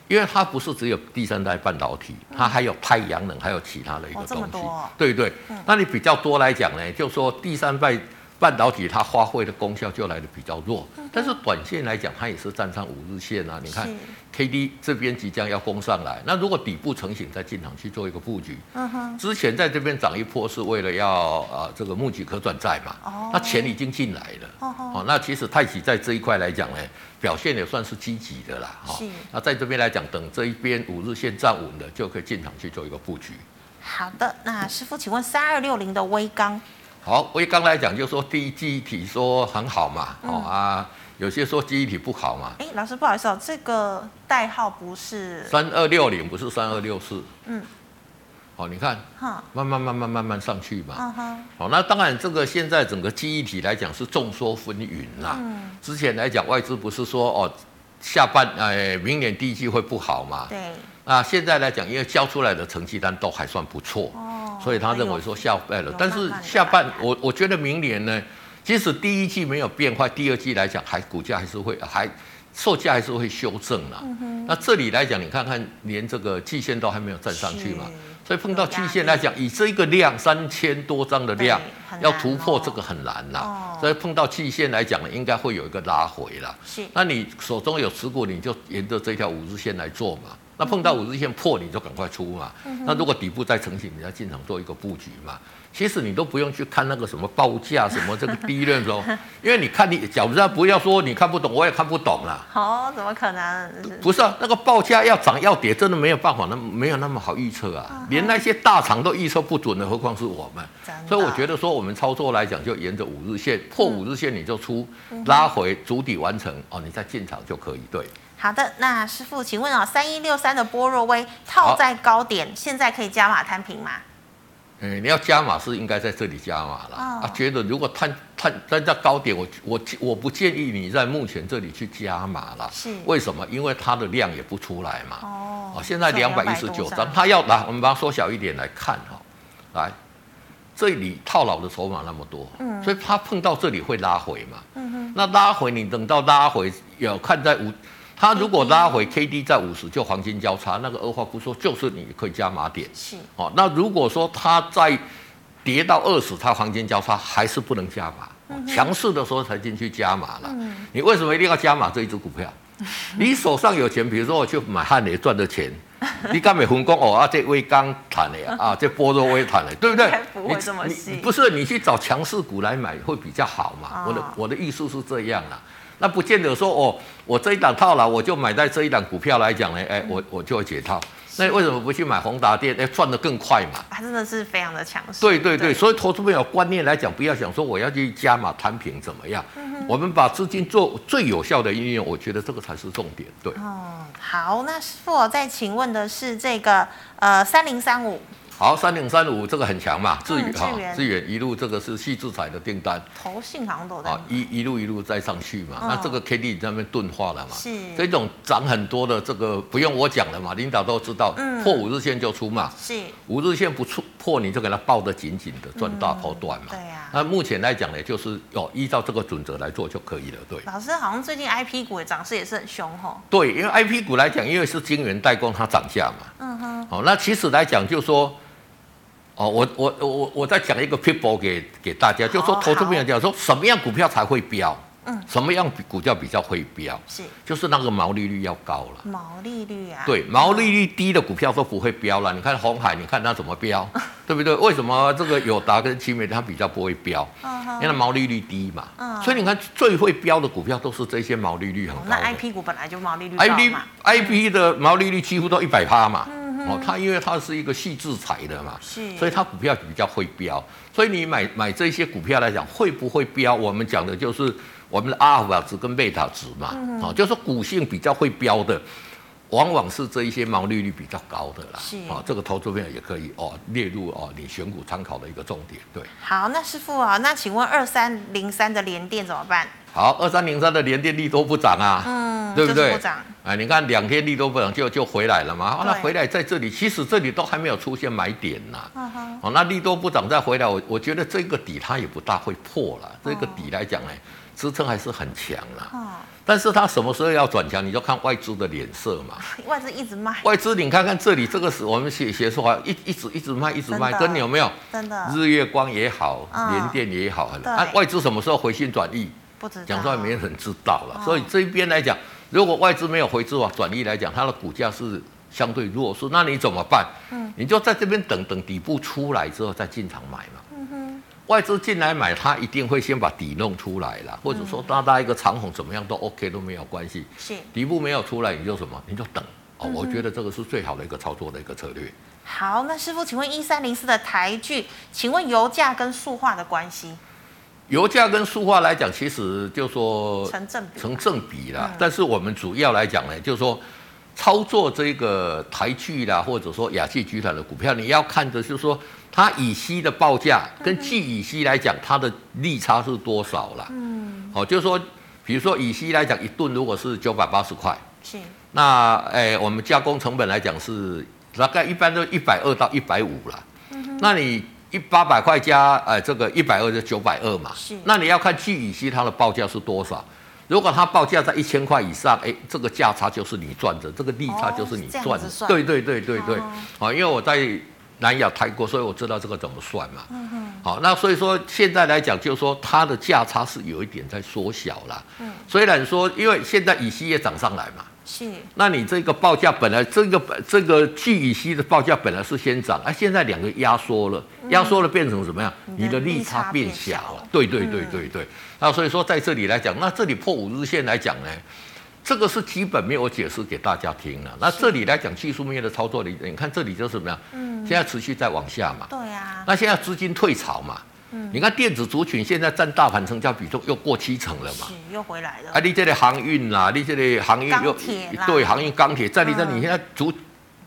因为它不是只有第三代半导体，它还有太阳能，还有其他的一个
哦这
东
么
西。
多哦
对对，那你比较多来讲呢，就说第三代半导体它发挥的功效就来的比较弱，但是短线来讲它也是站上五日线啊，你看
嗯是
K D 这边即将要攻上来，那如果底部成型再进场去做一个布局，
嗯哼，
之前在这边涨一波是为了要啊、呃这个募集可转债嘛，
哦
那钱已经进来了，
哦哦
那其实太极在这一块来讲呢，表现也算是积极的啦，哦
是
那在这边来讲，等这一边五日线站稳了，就可以进场去做一个布局。
好的，那师傅，请问三二六零的微钢，
好，我刚来讲就说第一记忆体说很好嘛，
嗯
哦、啊，有些说记忆体不好嘛，
哎，老师不好意思哦，这个代号不是，
三二六零不是三二六四，
嗯，
哦，你看
哈，
慢慢慢慢慢慢上去嘛，
嗯哼，
好，那当然，这个现在整个记忆体来讲是众说纷纭啦。
嗯
之前来讲，外资不是说哦，下半呃明年第一季会不好嘛？
对，
那现在来讲，因为交出来的成绩单都还算不错，
哦，
所以他认
哎
为
呦
说下半了
有。
但
慢
是
慢
下半
来，
我我觉得明年呢，即使第一季没有变坏，第二季来讲还股价还是会还售价还是会修正啦。
嗯
那这里来讲，你看看连这个季线都还没有站上去嘛
是，
所以碰到季
有压
线
力
来讲，以这个量三千多张的量
对很难
要突破这个很难啦、
哦
所以碰到季线来讲呢，应该会有一个拉回啦。
是
那你手中有持股，你就沿着这条五日线来做嘛。那碰到五日线破，你就赶快出嘛。
嗯
那如果底部再成型，你再进场做一个布局嘛。其实你都不用去看那个什么报价，什么这个低 润什么，因为你看你，假如说不要说你看不懂，我也看不懂啦。
哦，怎么可能？
不是啊，那个报价要涨要跌，真的没有办法，那没有那么好预测啊。连那些大厂都预测不准的，何况是我们
真的？嗯
所以我觉得说，我们操作来讲，就沿着五日线破五日线你就出，拉回主底完成哦，你再进场就可以。对，
好的，那师傅，请问哦，三一六三的波若威套在高点，现在可以加码摊平吗？
嗯，你要加码是应该在这里加码
哦
啦。啊，觉得如果探探站在高点，我我我不建议你在目前这里去加码啦。
是
为什么？因为它的量也不出来嘛。
哦
哦，现在两百一十九张，它要来，我们把它缩小一点来看哈、来，这里套牢的筹码那么多，
嗯
所以它碰到这里会拉回嘛，
嗯哼，
那拉回你等到拉回有看在五，它如果拉回 K D 在五十就黄金交叉，那个二话不说就是你可以加码点，
是
哦，那如果说它再跌到二十，它黄金交叉还是不能加码，
嗯
哦强势的时候才进去加码了。你为什么一定要加码这一只股 票？你手上有钱，比如说我去买汉雷赚的钱，你敢没分工哦啊？这微钢谈的啊，这波若微谈的，对不对
应该？ 不会
你
这么
你
细
不是你去找强势股来买会比较好嘛？我的
哦
我的意思是这样啦。那不见得说哦，我这一档套牢，我就买在这一档股票来讲呢，哎，
嗯
我我就会解套。那为什么不去买宏达电？哎，赚得更快嘛。
他真的是非常的强势。
对对对，所以投资朋友观念来讲，不要想说我要去加码摊平怎么样，
嗯
我们把资金做最有效的运用，我觉得这个才是重点。对，
哦，好，那师傅哦再请问的是这个呃三零三五
好，三零三五这个很强嘛，致远
嗯
哈
致远，
致远一路这个是细制材的订单。
投信好像都有在
啊，一一路一路再上去嘛，
哎嗯
那这个 K D 在那边钝化了嘛，
是
这种涨很多的，这个不用我讲了嘛，领导都知道，
嗯
破五日线就出嘛，
是
五日线不出破，你就给它抱得紧紧的，赚大抛短嘛。
嗯对啊呀
那目前来讲呢，就是哦，依照这个准则来做就可以了。对。
老师好像最近 I P 股的涨势也是很凶吼。
对，因为 I P 股来讲，因为是晶圆代工，它涨价嘛。
嗯哼，
哦，那其实来讲，就说，哦，我我我我再讲一个 people 给给大家，就说
好
投资朋友讲说，什么样股票才会飙？
嗯，
什么样股票比较会飙？
是
就是那个毛利率要高了。
毛利率啊，
对，毛利率低的股票都不会飙了。你看红海，你看它怎 么飙，对不对？为什么这个友达跟奇美它比较不会飙？
嗯哼，
因为毛利率低嘛。
嗯
所以你看最会飙的股票都是这些毛利率很
哦
高
那
的。
IP 股本来就毛利率高
I B
嘛，
I B 的毛利率几乎都一百趴嘛。哦，它因为它是一个细制裁的嘛，
嗯是
所以它股票比较会飙。所以你买买这些股票来讲，会不会飙？我们讲的就是我们的阿尔法值跟贝塔值嘛，
嗯
哦，就是股性比较会飙的。往往是这一些毛利率比较高的啦，
是
哦，这个投资朋友也可以哦列入哦你选股参考的一个重点，对。
好，那师傅啊，那请问二三零三的联电怎么办？
好，二三零三的连电利多不涨啊，
嗯
对不
就是
对？
不涨
哎，你看两天利多不涨就就回来了嘛，啊那
对
回来在这里，其实这里都还没有出现买点呐、
嗯哼，
哦，那利多不涨再回来，我我觉得这个底它也不大会破了，这个底来讲呢，支撑还是很强啦。
哦，
但是它什么时候要转强，你就看外资的脸色嘛。
外资一直卖，
外资，你看看这里，这个是我们写写出来，一一直一直卖，一直卖，
真的
跟你有没有？
真的
日月光也好，
嗯
联电也好，
对
啊，外资什么时候回心转意？
不知道。
讲出来没有人知道了
哦。
所以这一边来讲，如果外资没有回资啊，转移来讲，它的股价是相对弱势，那你怎么办？
嗯，
你就在这边等等底部出来之后再进场买嘛。
嗯哼，
外资进来买，它一定会先把底弄出来
嗯
了，或者说拉大一个长虹怎么样都 OK 都没有关系。
是
底部没有出来，你就什么？你就等。
嗯
哦，我觉得这个是最好的一个操作的一个策略。
好，那师傅，请问一三零四的台剧，请问油价跟塑化的关系
油价跟塑化来讲，其实就说
成正比？
呃成正比啦。但是我们主要来讲呢，就是说操作这个台剧啦，或者说亚细集团的股票，你要看的就是说它以息的报价跟季以息来讲，它的利差是多少啦。
嗯，
哦，就是说，比如说以息来讲，一吨如果是九百八十块，
是
那诶、我们加工成本来讲是大概一般都一百二到一百五啦。
嗯
那你一八百块加呃这个一百二就九百二嘛
是。
那你要看聚乙烯它的报价是多少。如果它报价在一千块以上，诶，这个价差就是你赚的，这个利差就是你
哦是
赚
这样子
的。
算
对对对对对，
哦
啊，因为我在南亚开过，所以我知道这个怎么算嘛。
嗯哼，
好，那所以说现在来讲，就是说它的价差是有一点在缩小啦。
嗯，
虽然说因为现在乙烯也涨上来嘛，
是
那你这个报价本来这个这个聚乙烯的报价本来是先涨，哎、现在两个压缩了，压缩了变成怎么样？
你的
你的嗯利差变小了。嗯对对对对对。那所以说在这里来讲，那这里破五日线来讲呢，这个是基本面我解释给大家听了。那这里来讲技术面的操作里，你看这里就是怎么样？
嗯
现在持续在往下嘛。
对啊，
那现在资金退潮嘛。你看电子族群现在占大盘成交比重又过七成了嘛。
是又回来了
啊，。你这个航运啦，你这个航运又
钢铁啦
对航运钢铁，在你这
嗯
你现在逐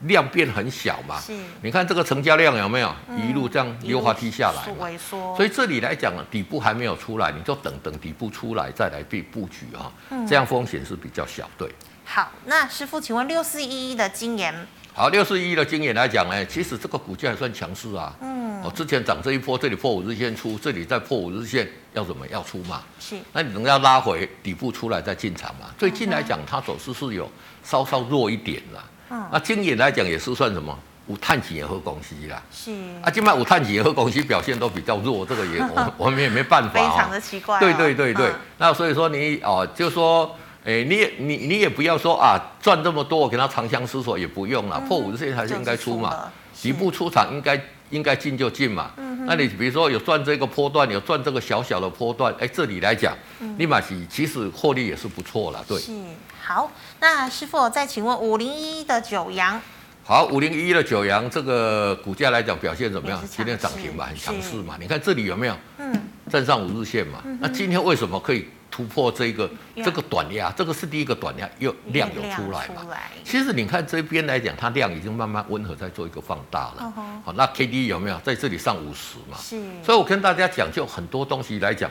量变很小嘛，
是嗯
你看这个成交量有没有一路这样
一
溜
路
滑梯下来嘛？
萎缩，
所
以
以这里来讲，啊底部还没有出来，你就等等底部出来再来布布局啊，
嗯
这样风险是比较小。对，
好，那师傅，请问六四一一的金研，
好，六四一的经验来讲呢，其实这个股价还算强势啊。
嗯，
哦，之前涨这一波，这里破五日线出，这里再破五日线，要怎么要出嘛？
是
那你等要拉回底部出来再进场嘛？最近来讲，它走势是有稍稍弱一点啦。
嗯
那今年来讲也是算什么？五碳企业和公司啦，
是
啊，，今麦五碳企业和公司表现都比较弱，这个也我我们也没办法、
非
啊。
常的奇怪哦。
对对对对，
嗯
那所以说你哦，就说，诶，你也你你也不要说啊，赚这么多，我给他长相厮守也不用了，破五十线还是应该
嗯
出
就
嘛
是出了，是嗯
底部出场应该应该进就进嘛。那你比如说有赚这个波段，有赚这个小小的波段，哎，这里来讲，立马起其实获利也是不错了，对。
嗯是好，那师傅再请问五零一的九阳
好，五零一的九阳这个股价来讲表现怎么样
也？是
今天
强
涨
势
停吧，很强
是
势嘛。你看这里有没有？
嗯，
站上五日线嘛。那今天为什么可以突破这个
量
这个短压？这个是第一个短压，又量有出来嘛
出。来
其实你看这边来讲，它量已经慢慢温和在做一个放大
嗯
了。
哼
好，那 K D 有没有在这里上五十嘛？
是，
所以我跟大家讲，就很多东西来讲，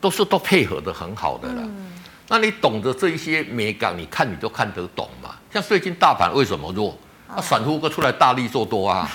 都是都配合的很好的了。
嗯，
那你懂得这一些美感，你看你都看得懂嘛？像最近大盘为什么弱？
哦
啊，散户哥出来大力做 多啊，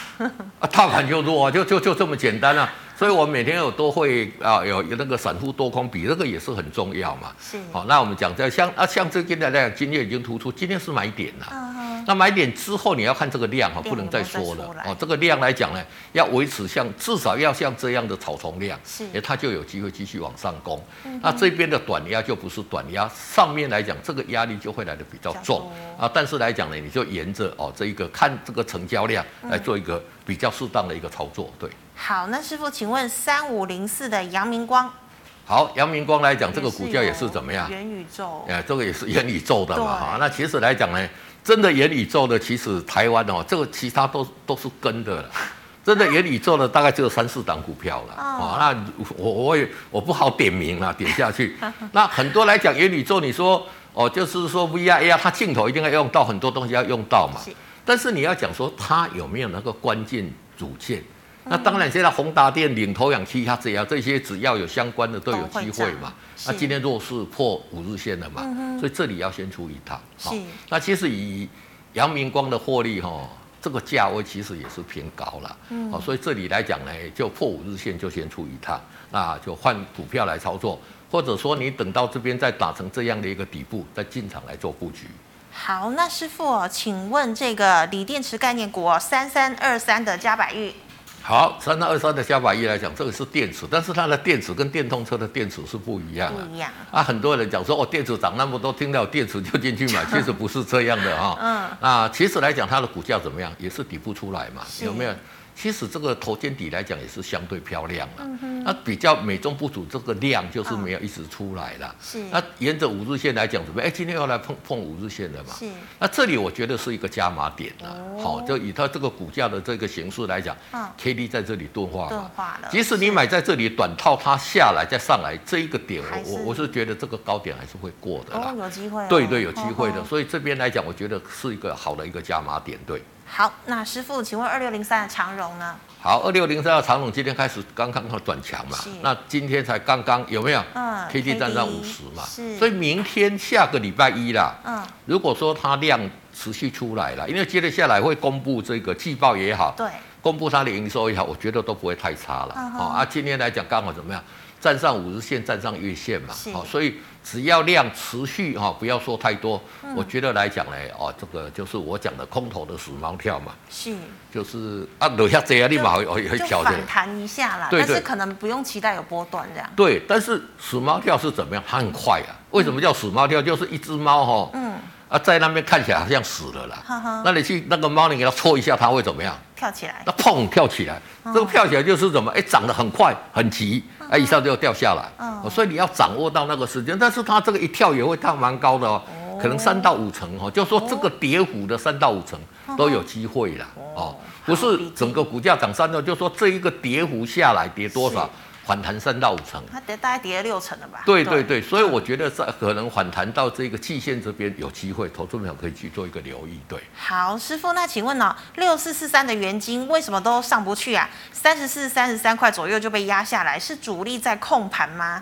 啊，大盘就弱啊，就就就这么简单啊。所以我每天有都会啊，有有那个散户多空比，这个也是很重要嘛。
是，
好、那我们讲在像啊，像这今天来讲，今天已经突出，今天是买点了、
嗯哼
那买点之后你要看这个量哈，
量
不能再缩
有没有再出
了
来
哦。这个量来讲呢，要维持像至少要像这样的草丛量，
是
诶它就有机会继续往上攻。那这边的短压就不是短压，上面来讲这个压力就会来的比较
比较
重
多
啊。但是来讲呢，你就沿着哦这一个看这个成交量来做一个比较适当的一个操作，对。
好，那师傅，请问三五零四的阳明光，
好，阳明光来讲，哦这个
也是
股价也是哦
有
怎么样？
元宇宙，
呃，这个也是元宇宙的嘛
哦对
哈。那其实来讲呢，真的元宇宙的，其实台湾哦，这个其他都都是跟的了。真的元宇宙呢，大概只有三四档股票了。
哦
哦，那我我也我不好点名了，点下去。那很多来讲元宇宙，你说哦，就是说 VR、AR，它镜头一定要用到，很多东西要用到嘛。
是
但是你要讲说它有没有那个关键组件？那当然，现在宏达电、领头羊、其他这样这些，只要有相关的都有
都会
机会嘛。
涨
那
是
今天弱势破五日线了嘛，所以这里要先出一趟。
嗯是
那其实以阳明光的获利哈、这个价位其实也是偏高了。
嗯
哦，所以这里来讲呢，就破五日线就先出一趟，那就换股票来操作，或者说你等到这边再打成这样的一个底部，再进场来做布局。
好，那师傅哦，请问这个锂电池概念股哦，三三二三的嘉百玉，
好，三三二三的加百一来讲，这个是电池，但是它的电池跟电动车的电池是不一样
不
的。
一样，
啊，很多人讲说哦，电池涨那么多，听到电池就进去 买，其实不是这样的哈、
嗯，
那其实来讲，它的股价怎么样，也是底部出来嘛，
是
有没有？其实这个头肩底来讲也是相对漂亮了，
嗯
那比较美中不足，这个量就是没有一直出来了。
啊是
那沿着五日线来讲，怎么样？哎，今天又来碰碰五日线了嘛？
是
那这里我觉得是一个加码点啦、
哦
好、就以它这个股价的这个形式来讲、
嗯
k D 在这里钝化
钝
嘛。
嗯化了，
即使你买在这里短套，它下来再上来，这一个点
还是
我我我是觉得这个高点还是会过的啦
哦，。有机会哦，
啊对对，有机会的。
哦。哦
所以这边来讲，我觉得是一个好的一个加码点。对，
好，那师傅，请问二六零三的长荣呢？
好，二六零三的长龙今天开始刚刚转强嘛
是，
那今天才刚刚有没有？
嗯
K D 站上
KD
五十嘛，
是
所以明天下个礼拜一啦，
嗯，
如果说它量持续出来了，因为接着下来会公布这个季报也好，
对，
公布它的营收也好，我觉得都不会太差了。
嗯哼
好啊，今天来讲刚好怎么样？站上五日线，站上月线嘛
是，
好、所以只要量持续哈、不要说太多，
嗯
我觉得来讲呢，哦，这个就是我讲的空头的死猫跳嘛，
是，
就是啊，留下这样立马会会会
就
跳的。
反弹一下啦，
对
但是
对
可能不用期待有波段这样。
对，但是死猫跳是怎么样？它很快啊。为什么叫死猫跳？就是一只猫哈、
嗯，
啊，在那边看起来好像死了啦。
哈哈，
那你去那个猫，你给它戳一下，它会怎么样？
跳起来
那砰跳起来，这个跳起来就是怎么？哎，涨得很快，很急，哎，一下就掉下来。
嗯
哦所以你要掌握到那个时间，但是它这个一跳也会跳蛮高的哦，可能三到五成哦，就说这个跌幅的三到五成都有机会啦。哦，不是整个股价涨三到，就说这一个跌幅下来跌多
是
少，反弹三到五成。
它跌大概跌了六成了吧？
对对对，所以我觉得在可能反弹到这个季线这边有机会，投资朋友可以去做一个留意。对，
好，师傅，那请问哦，六四四三的原金为什么都上不去啊？三十四、三十三块左右就被压下来，是主力在控盘吗？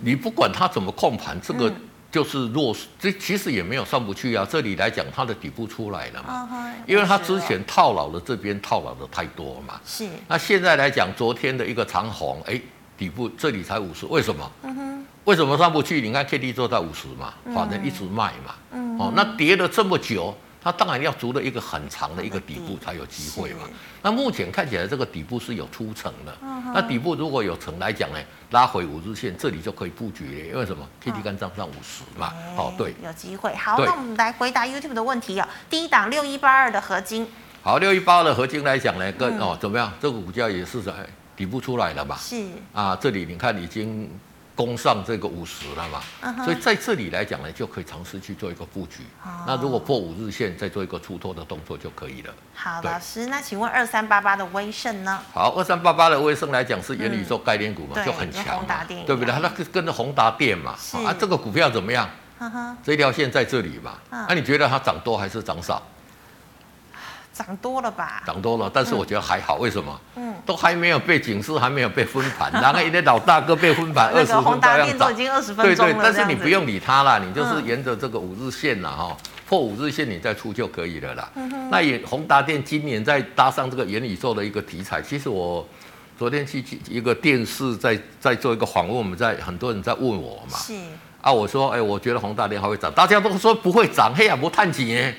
你不管它怎么控盘，这个
嗯
就是弱势，这其实也没有上不去啊。这里来讲，它的底部出来了嘛，
嗯哼
因为它之前套牢了这边套牢的太多嘛。
是
那现在来讲，昨天的一个长红，哎，底部这里才五十，为什么？
嗯哼，
为什么上不去？你看 K D 做到五十嘛，反正一直卖嘛。
嗯
哦，那跌了这么久，它当然要筑了一个很长的一个底
嗯
部才有机会嘛
是。
那目前看起来这个底部是有出层的
嗯哼，
那底部如果有层来讲呢，拉回五日线这里就可以布局了，因为什么？K D 干站上五十嘛。哦，
哎
对，
有机会。好，
对
那我们来回答 YouTube 的问题哦。第一档六一八二的合金
好，六一八的合金来讲呢，跟
嗯
哦怎么样？这个股价也是在底部出来了嘛。
是
啊，这里你看已经攻上这个五十了嘛
嗯哼
所以在这里来讲呢，就可以尝试去做一个布局。
哦
那如果破五日线，再做一个出脱的动作就可以了。
好，
对
老师，那请问二三八八的威盛呢？
好，二三八八的威盛来讲是元宇宙概念股嘛，
对
就很
跟
强
宏
嘛
达电一样，
对不对？它那个跟着宏达电嘛
是，
啊，这个股票怎么样？
哈哈，
这条线在这里嘛，那、
嗯
你觉得它涨多还是涨少？
涨多了吧？
涨多了，但是我觉得还好，为什么？
嗯，
都还没有被警示，还没有被分盘，然后一个老大哥被分盘二
那
十
个宏
分
达
照
电
样
都
涨
已。经二十
对
分钟
对
了，，
但
这
是
样
你
子
不用理它啦，你就是
嗯
沿着这个五日线啦，哈、破五日线你再出就可以了啦。
嗯
那也宏达电今年再搭上这个元宇宙的一个题材，其实我昨天去去一个电视在在做一个访问，我们在很多人在问我嘛，
是
啊，我说，哎，我觉得宏达电还会涨，大家都说不会涨，嘿呀、啊，不探钱。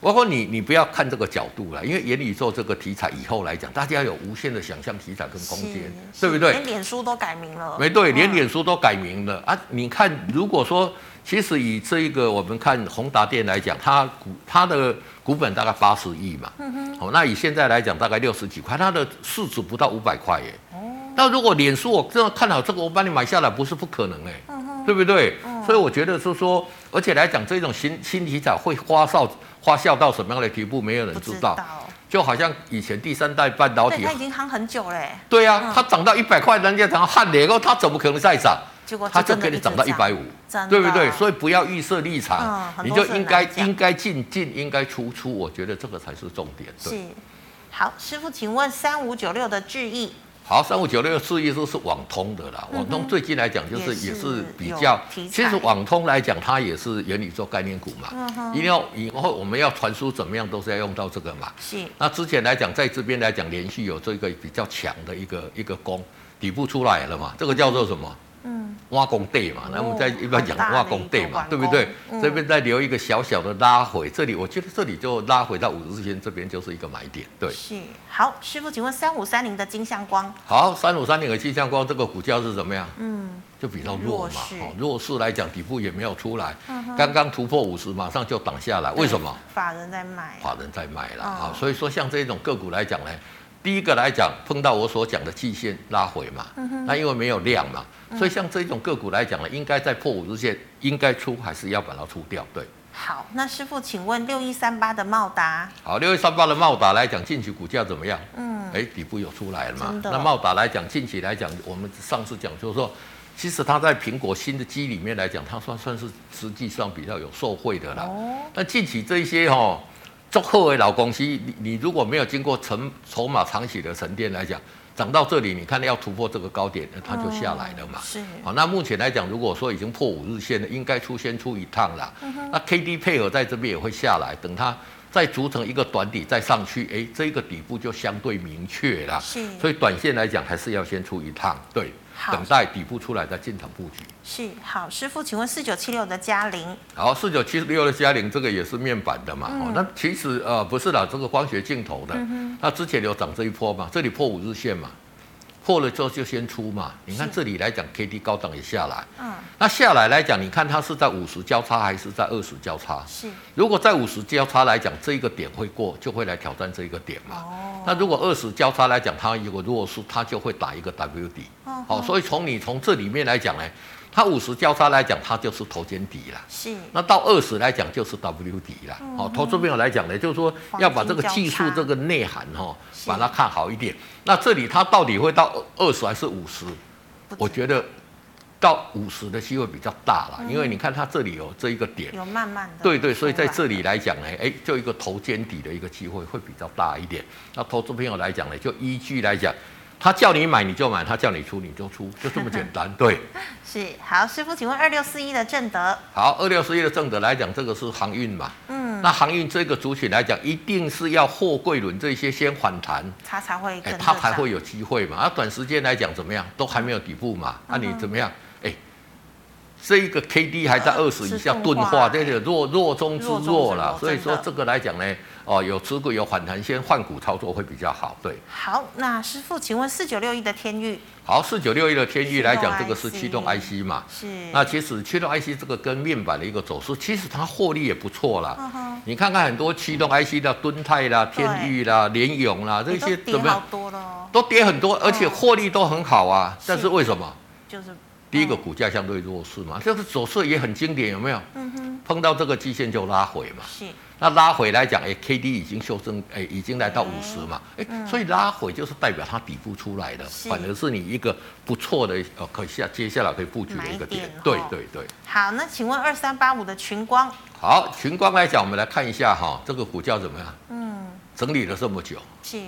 我说你你不要看这个角度了，因为元宇宙这个题材以后来讲，大家有无限的想象题材跟空间，
是
对不对？
连脸书都改名了，
没对，
嗯
连脸书都改名了啊！你看，如果说其实以这一个我们看宏达电来讲，它股它的股本大概八十亿嘛，
嗯
哦，那以现在来讲大概六十几块，它的市值不到五百块耶。
哦
那如果脸书我真的看好这个，我把你买下来不是不可能哎，
嗯
对不对？所以我觉得是说，而且来讲这种新新题材会花哨花销到什么样的地步，没有人
不
知
知
道。就好像以前第三代半导
对，
体
它已嗯经夯很久嘞，
对呀、它涨到一百块，人家涨到汗脸，哦它怎么可能再涨？
结果
它就
真的
给你
直
涨到一百五，
真的
对不对？所以不要预设立场，
嗯很
你
多
就
事
应该
很难讲
应该进进，应该出出，我觉得这个才是重点。对，
是。好，师傅，请问三五九六的智易
好，三五九六四一都是网通的啦，网通最近来讲就
嗯也
是
是
也是比
有
较，
题材嗯
其实网通来讲它也是元宇宙概念股嘛，一定要以后我们要传输怎么样都是要用到这个嘛。
是
那之前来讲，在这边来讲，连续有这个比较强的一个一个攻底部出来了嘛，这个叫做什么？嗯，挖工地嘛，那我们在一般讲
哦很大的
挖工地嘛，
一个
对不对
弯？弓嗯
这边再留一个小小的拉回，这里我觉得这里就拉回到五日线这边就是一个买点，对。
是。好，师傅，请问三五三零的金相光
好，三五三零的气象光这个股价是怎么样？嗯，就比较
弱
弱嘛
势，嗯
哦弱势来讲底部也没有出来，刚刚突破五十，马上就挡下来，为什么？？
对法人在卖，
法人在卖了
哦
啊。所以说，像这种个股来讲呢，第一个来讲碰到我所讲的季线拉回嘛，那因为没有量嘛，所以像这种个股来讲呢，应该在破五日线应该出，还是要把它出掉？对。
好，那师傅，请问六一三八的茂达
好，六一三八的茂达来讲，近期股价怎么样？嗯，哎，底部有出来了嘛
真？的
那茂达来讲，近期来讲，我们上次讲就是说，其实它在苹果新的机里面来讲，它算算是实际上比较有受惠的啦。
哦，
那近期这一些哈、哦，做后的老公司，你你如果没有经过沉筹码长期的沉淀来讲，涨到这里，你看要突破这个高点，那它就下来了嘛。
是
好，那目前来讲，如果说已经破五日线了，应该出先出一趟啦。
嗯
那 K D 配合在这边也会下来，等它再组成一个短底再上去，哎，这个底部就相对明确啦。
是
所以短线来讲还是要先出一趟，对，
好
等待底部出来再进场布局。
是。好，师傅，请问四九七六的嘉玲
好，四九七六的嘉陵这个也是面板的
嗯
嘛，哦，那其实呃不是啦，这个光学镜头的，那之前有涨这一波嘛，这里破五日线嘛，破了之后就先出嘛，你看这里来讲 K D 高档也下来，
嗯，
那下来来讲，你看它是在五十交叉还是在二十交叉？
是
如果在五十交叉来讲，这一个点会过，就会来挑战这一个点嘛。
哦，
那如果二十交叉来讲，它有个弱势，它就会打一个 W 底。
哦
好、所以从你从这里面来讲呢，它五十交叉来讲，它就是头肩底啦。
是
那到二十来讲就是 W 底啦。
嗯
哦，投资朋友来讲呢，就是说要把这个技术
黄金交叉
这个内涵哈、哦，
是
把它看好一点。那这里它到底会到二十还是五十？
不知
我觉得到五十的机会比较大啦，因为你看它这里有这一个点。
有慢慢的
对对，所以在
出来
这里来讲呢，哎，就一个头肩底的一个机会会比较大一点。那投资朋友来讲呢，就依据来讲，他叫你买你就买，他叫你出你就出，就这么简单。对，
是好，师傅，请问二六四一的正德
好，二六十一的正德来讲，这个是航运嘛，
嗯，
那航运这个族群来讲，一定是要货柜轮这些先反弹，
它才会
哎
跟，着
它才
涨
会有机会嘛。啊，短时间来讲怎么样，都还没有底部嘛，那、你怎么样？哎，这一个 K D 还在二十以下
是钝
钝
化
化，这个弱弱中之
弱中之
弱啦
弱。
所以说
真的
这个来讲呢，哦，有持股有反弹，先换股操作会比较好。对，
好，那师傅，请问四九六一的天域
好，四九六一的天域来
驱动哎
讲，这个是
IC
驱动 I C 嘛。
是
那其实驱动 IC 这个跟面板的一个走势，其实它获利也不错啦。
嗯哼
你看看很多驱动 IC 的敦泰啦、天域啦、联咏啦这
也都
些
跌
怎么样
好多了哦，
都跌很多，而且
嗯
获利都很好啊。
是嗯
但是为什么？
就是
第一个
嗯
股价相对弱势嘛，这个走势也很经典，有没有？
嗯哼
碰到这个季线就拉回嘛，
是
那拉回来讲，哎，K D 已经修正，哎，已经来到
嗯
五十嘛，哎，所以拉回就是代表它底部出来了，
是
反而是你一个不错的呃，可以下接下来可以布局的一个点
买点。
对
哦
对对。
好，那请问二三八五的群光
好，群光来讲，我们来看一下哈，这个股价怎么样？嗯，整理了这么久，
是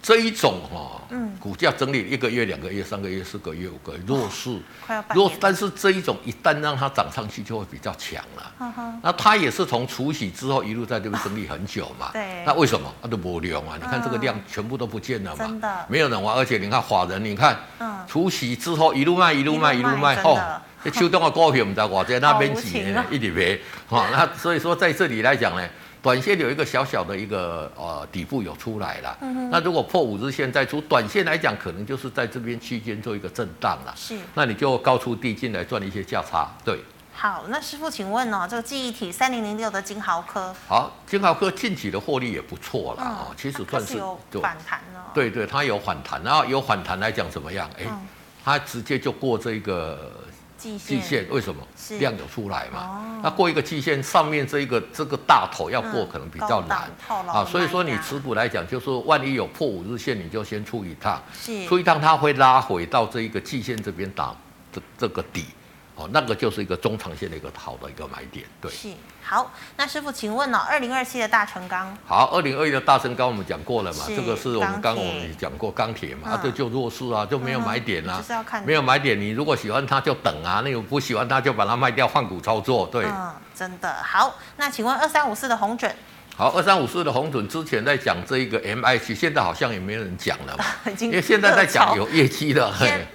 这一种哈，
嗯
股价整理一个月、两个月、三个月、四个月、五个月，弱势。
快要半
弱，
年了，
但是这一种一旦让它涨上去，就会比较强了。
哈哈，
那它也是从除夕之后一路在这边整理很久嘛。
对
那为什么？它都没量啊！你看这个
嗯
量全部都不见了嘛。
真的
没有人玩，而且你看法人，你看
嗯，
除夕之后一路卖一路卖
一
一
路卖
路卖，
真的
吼，这秋冬的股票我们在我在那边几
好无情
年
啊
一直赔，哈、那所以说在这里来讲呢，短线有一个小小的一个呃底部有出来了。那如果破五日线再出，短线来讲可能就是在这边区间做一个震荡了。
是。
那你就高出低进来赚一些价差，对。
好，那师傅，请问哦，这个记忆体三零零六的金豪科，
好，金豪科近期的获利也不错啦，哦，其实
它
算
嗯是
是
有
对
反弹了。，哦
对对，它有反弹，然后有反弹来讲怎么样？哎、
嗯
它直接就过这个
季线。
季线，为什么
是？
量有出来嘛
哦？
那过一个季线上面这一个这个大头要过
嗯
可能比
高
较
档
难
套牢
啊，所以说
卖
你
压
持股来讲，就是万一有破五日线，你就先出一趟，
是。
出一趟它会拉回到这一个季线这边打这这个底，哦，那个就是一个中长线的一个好的一个买点，对。
是。好，那师傅，请问哦，二零二七的大成钢，
好，二零二一的大升刚我们讲过了嘛，
是
这个是我们
钢
刚
铁
我们也讲过钢铁嘛，
嗯
啊，这就弱势啊，就没有买点
嗯
啊
就是要看，
没有买点，你如果喜欢它就等啊，那个不喜欢它就把它卖掉换股操作，对。
嗯，真的好。那请问二三五四的红准，
好，二三五四的红准之前在讲这一个 MH，现在好像也没有人讲了嘛，
已经
因为现在在
热
讲
炒
有业绩的，嘿
现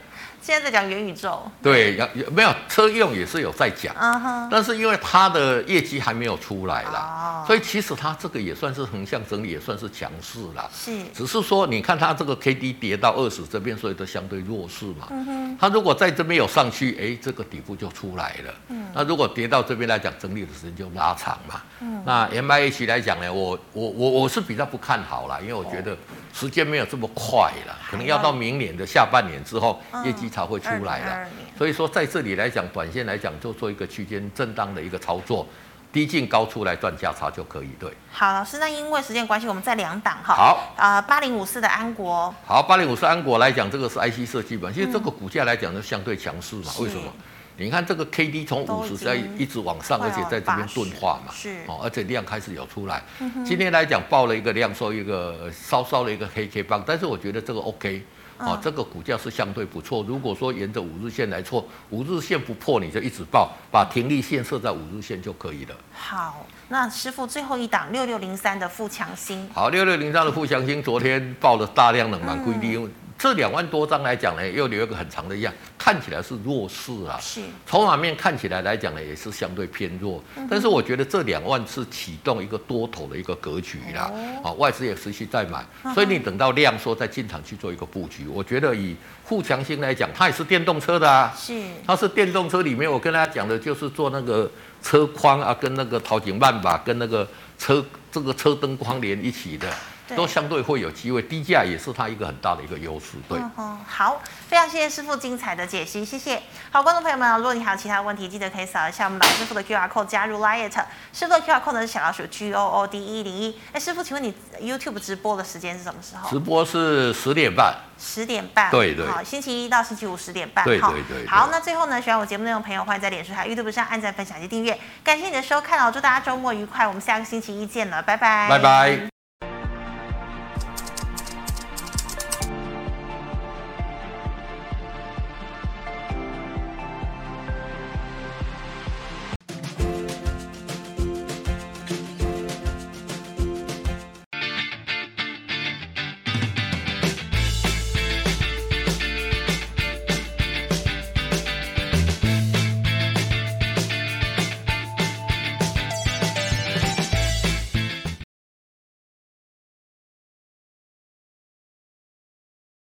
现在在讲元宇宙，
对，要没有车用也是有在讲，
嗯哼，
但是因为它的业绩还没有出来啦
哦，
所以其实它这个也算是横向整理，也算是强势啦。
是
只是说，你看它这个 K D 跌到二十这边，所以都相对弱势嘛。
嗯
它如果在这边有上去，哎，这个底部就出来了。
嗯
那如果跌到这边来讲，整理的时间就拉长嘛。
嗯
那 M I H 来讲呢，我我我我是比较不看好啦，因为我觉
哦
得时间没有这么快啦，可能要到明年的下半年之后，
嗯
业绩才会出来
2022
啦
年。
所以说，在这里来讲，短线来讲就做一个区间震荡的一个操作，低进高出来赚价差就可以。对。
好，老师，那因为时间关系，我们再两档哈。
好，
呃，八零五四的安国，
好，八零五是安国来讲，这个是 IC 设计板，其实这个股价来讲就相对强势嘛。
嗯是
为什么？你看这个 K D 从
都
五
已
十
经
在一直往上，
快
而
要
且在这边钝化嘛，
80是嗯
哦，而且量开始有出来。今天来讲报了一个量收一个稍稍的一个黑 K 棒，但是我觉得这个 OK。哦
嗯，
这个股价是相对不错。如果说沿着五日线来错，五日线不破你就一直报，把停利线设在五日线就可以了。
好，那师傅最后一档六六零三的富强新，
好，六六零张的富祥金昨天报了大量的满规定，这两万多张来讲呢，又留一个很长的样，看起来是弱势啊。
是
筹码面看起来来讲呢，也是相对偏弱，但是我觉得这两万是启动一个多头的一个格局啦。好、外资也持续在买，所以你等到量缩再进场去做一个布局。我觉得以富强新来讲，它也是电动车的啊，
是
它是电动车里面，我跟大家讲的就是做那个车框啊，跟那个陶景曼吧，跟那个车这个车灯框连一起的，
对
都相对会有机会，低价也是它一个很大的一个优势。对，
嗯哼，好，非常谢谢师傅精彩的解析，谢谢。好，观众朋友们，如果你还有其他问题，记得可以扫一下我们老师傅的 QR code 加入 Liet，师傅的 QR code 呢是小老鼠 G O O D 一零一。哎，师傅，请问你 YouTube 直播的时间是什么时候
直？播是十点半。
十点半，
对对
好，星期一到星期五十点半，
对
哈
对对对
好，那最后呢，喜欢我节目内容的朋友，欢迎在脸书、还有 YouTube 上按赞、分享及订阅。感谢你的收看哦，祝大家周末愉快，我们下个星期一见了，拜拜，
拜拜。